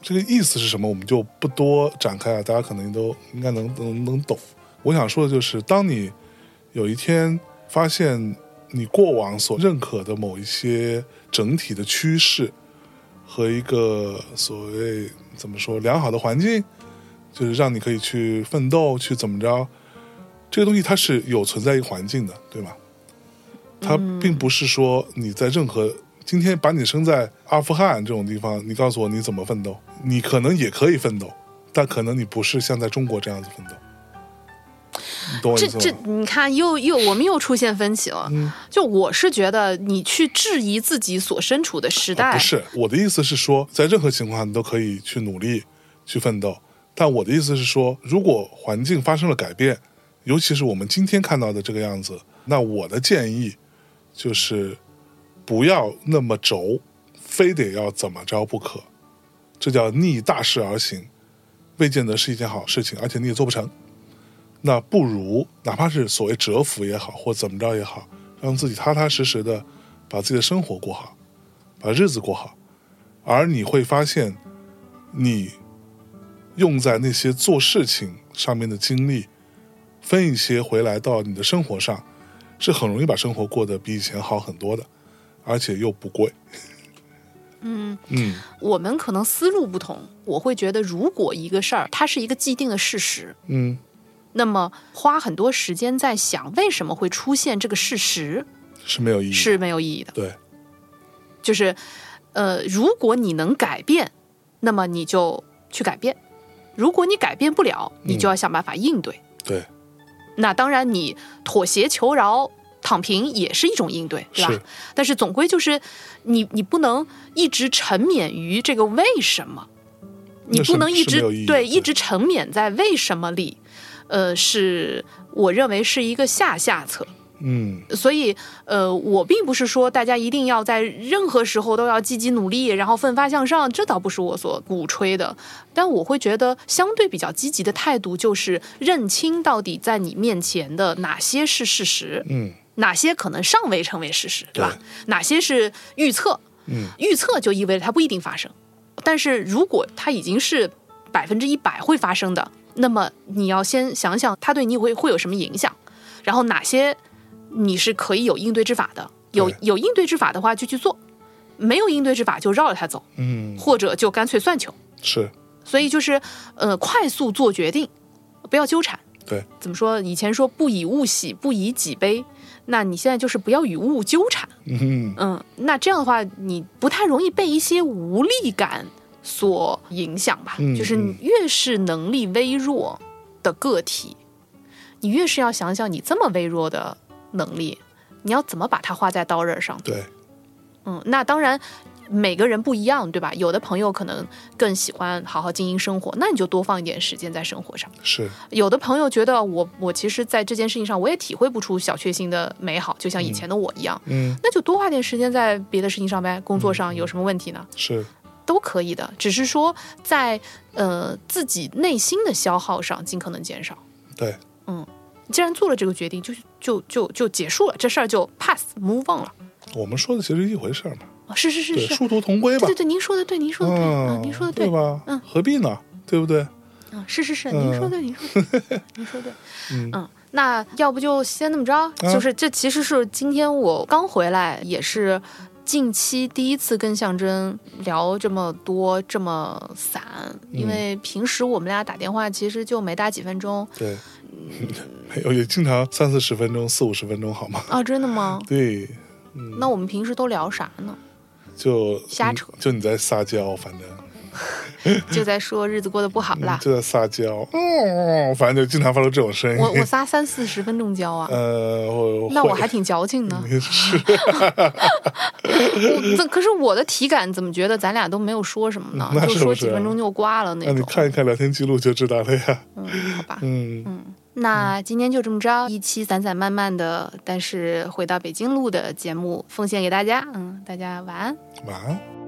[SPEAKER 3] 这个意思是什么，我们就不多展开了，大家可能都应该能能能懂。我想说的就是，当你有一天发现你过往所认可的某一些整体的趋势和一个所谓怎么说良好的环境，就是让你可以去奋斗，去怎么着，这个东西它是有存在一个环境的，对吗？它并不是说你在任何今天把你生在阿富汗这种地方，你告诉我你怎么奋斗，你可能也可以奋斗，但可能你不是像在中国这样子奋斗，你懂我
[SPEAKER 2] 这
[SPEAKER 3] 意思吗？
[SPEAKER 2] 这，你看又又我们又出现分歧了。
[SPEAKER 3] 嗯
[SPEAKER 2] 就我是觉得，你去质疑自己所身处的时代，
[SPEAKER 3] 啊不是我的意思是说，在任何情况下你都可以去努力去奋斗，但我的意思是说，如果环境发生了改变，尤其是我们今天看到的这个样子，那我的建议就是不要那么轴，非得要怎么着不可，这叫逆大势而行，未见得是一件好事情，而且你也做不成。那不如哪怕是所谓蛰伏也好，或怎么着也好，让自己踏踏实实的把自己的生活过好。把日子过好，而你会发现，你用在那些做事情上面的精力，分一些回来到你的生活上，是很容易把生活过得比以前好很多的，而且又
[SPEAKER 2] (laughs)
[SPEAKER 3] 不贵。嗯嗯
[SPEAKER 2] 我们可能思路不同。我会觉得，如果一个事儿它是一个既定的事实，
[SPEAKER 3] 嗯，
[SPEAKER 2] 那么花很多时间在想为什么会出现这个事实
[SPEAKER 3] 是没有意义的。
[SPEAKER 2] 是没有意义的。
[SPEAKER 3] 对，
[SPEAKER 2] 就是，呃，如果你能改变，那么你就去改变；如果你改变不了，你
[SPEAKER 3] 嗯
[SPEAKER 2] 就要想办法应对。
[SPEAKER 3] 对，
[SPEAKER 2] 那当然，你妥协求饶、躺平也是一种应对，对吧？
[SPEAKER 3] 是
[SPEAKER 2] 但是总归就是你，你不能一直沉湎于这个为什么，你
[SPEAKER 3] 那是
[SPEAKER 2] 不能一
[SPEAKER 3] 是
[SPEAKER 2] 直
[SPEAKER 3] 没有意义的
[SPEAKER 2] 对
[SPEAKER 3] 对
[SPEAKER 2] 一直沉湎在为什么里，呃，是我认为是一个下下策。
[SPEAKER 3] 嗯
[SPEAKER 2] 所以，呃，我并不是说大家一定要在任何时候都要积极努力，然后奋发向上，这倒不是我所鼓吹的。但我会觉得，相对比较积极的态度就是认清到底在你面前的哪些是事实，
[SPEAKER 3] 嗯
[SPEAKER 2] 哪些可能尚未成为事实，对吧
[SPEAKER 3] 对？
[SPEAKER 2] 哪些是预测？
[SPEAKER 3] 嗯，
[SPEAKER 2] 预测就意味着它不一定发生，但是如果它已经是百分之一百会发生的，那么你要先想想它对你会会有什么影响，然后哪些你是可以有应对之法的，有
[SPEAKER 3] 对
[SPEAKER 2] 有应对之法的话就去做，没有应对之法就绕着它走，
[SPEAKER 3] 嗯，
[SPEAKER 2] 或者就干脆算球。
[SPEAKER 3] 是
[SPEAKER 2] 所以就是呃，快速做决定，不要纠缠。
[SPEAKER 3] 对，
[SPEAKER 2] 怎么说？以前说不以物喜，不以己悲，那你现在就是不要与物纠缠。
[SPEAKER 3] 嗯，
[SPEAKER 2] 嗯，那这样的话，你不太容易被一些无力感所影响吧？
[SPEAKER 3] 嗯
[SPEAKER 2] 就是你越是能力微弱的个体，你越是要想想你这么微弱的能力，你要怎么把它画在刀刃上？
[SPEAKER 3] 对，
[SPEAKER 2] 嗯，那当然，每个人不一样，对吧？有的朋友可能更喜欢好好经营生活，那你就多放一点时间在生活上。
[SPEAKER 3] 是
[SPEAKER 2] 有的朋友觉得我我其实，在这件事情上，我也体会不出小确幸的美好，就像以前的我一样，
[SPEAKER 3] 嗯
[SPEAKER 2] 那就多花点时间在别的事情上呗。工作上有什么问题呢？
[SPEAKER 3] 是
[SPEAKER 2] 都可以的，只是说在呃自己内心的消耗上尽可能减少。
[SPEAKER 3] 对，
[SPEAKER 2] 既然做了这个决定，就就就就结束了，这事儿就 pass move on 了。
[SPEAKER 3] 我们说的其实一回事儿嘛，
[SPEAKER 2] 啊是是是
[SPEAKER 3] 对，
[SPEAKER 2] 是，
[SPEAKER 3] 殊途同归吧
[SPEAKER 2] 对对，对，您说的对，您说的对，啊，您说的
[SPEAKER 3] 对嗯吧？
[SPEAKER 2] 嗯
[SPEAKER 3] 何必呢？对不对？
[SPEAKER 2] 啊，是是是，您说
[SPEAKER 3] 嗯
[SPEAKER 2] 对，您说
[SPEAKER 3] (laughs)
[SPEAKER 2] 对，您说对，
[SPEAKER 3] 嗯啊
[SPEAKER 2] 那要不就先那么着，就是这其实是今天我刚回来，也是近期第一次跟象征聊这么多这么散，
[SPEAKER 3] 嗯
[SPEAKER 2] 因为平时我们俩打电话其实就没打几分钟
[SPEAKER 3] (laughs) 对，没有哎也经常三四十分钟、四五十分钟，好吗？
[SPEAKER 2] 啊，真的吗？
[SPEAKER 3] 对，嗯
[SPEAKER 2] 那我们平时都聊啥呢？
[SPEAKER 3] 就
[SPEAKER 2] 瞎扯
[SPEAKER 3] 嗯就你在撒娇，反正
[SPEAKER 2] 就在说日子过得不好啦
[SPEAKER 3] 嗯，就在撒娇，嗯，反正就经常发出这种声音。
[SPEAKER 2] 我我撒三四十分钟娇啊，
[SPEAKER 3] 呃，我
[SPEAKER 2] 那我
[SPEAKER 3] 会
[SPEAKER 2] 还哎挺矫情呢。 (laughs)
[SPEAKER 3] 是
[SPEAKER 2] 我这可是我的体感怎么觉得咱俩都没有说什么呢？
[SPEAKER 3] (laughs) 那
[SPEAKER 2] 就是
[SPEAKER 3] 不
[SPEAKER 2] 说
[SPEAKER 3] 是啊
[SPEAKER 2] 几分钟就挂了那
[SPEAKER 3] 那
[SPEAKER 2] 种。
[SPEAKER 3] 你看一看聊天记录就知道了呀。
[SPEAKER 2] 嗯，好吧。
[SPEAKER 3] 嗯，
[SPEAKER 2] 那今天就这么着，一期散散漫漫的，但是回到北京录的节目奉献给大家。嗯，大家晚安。
[SPEAKER 3] 晚安。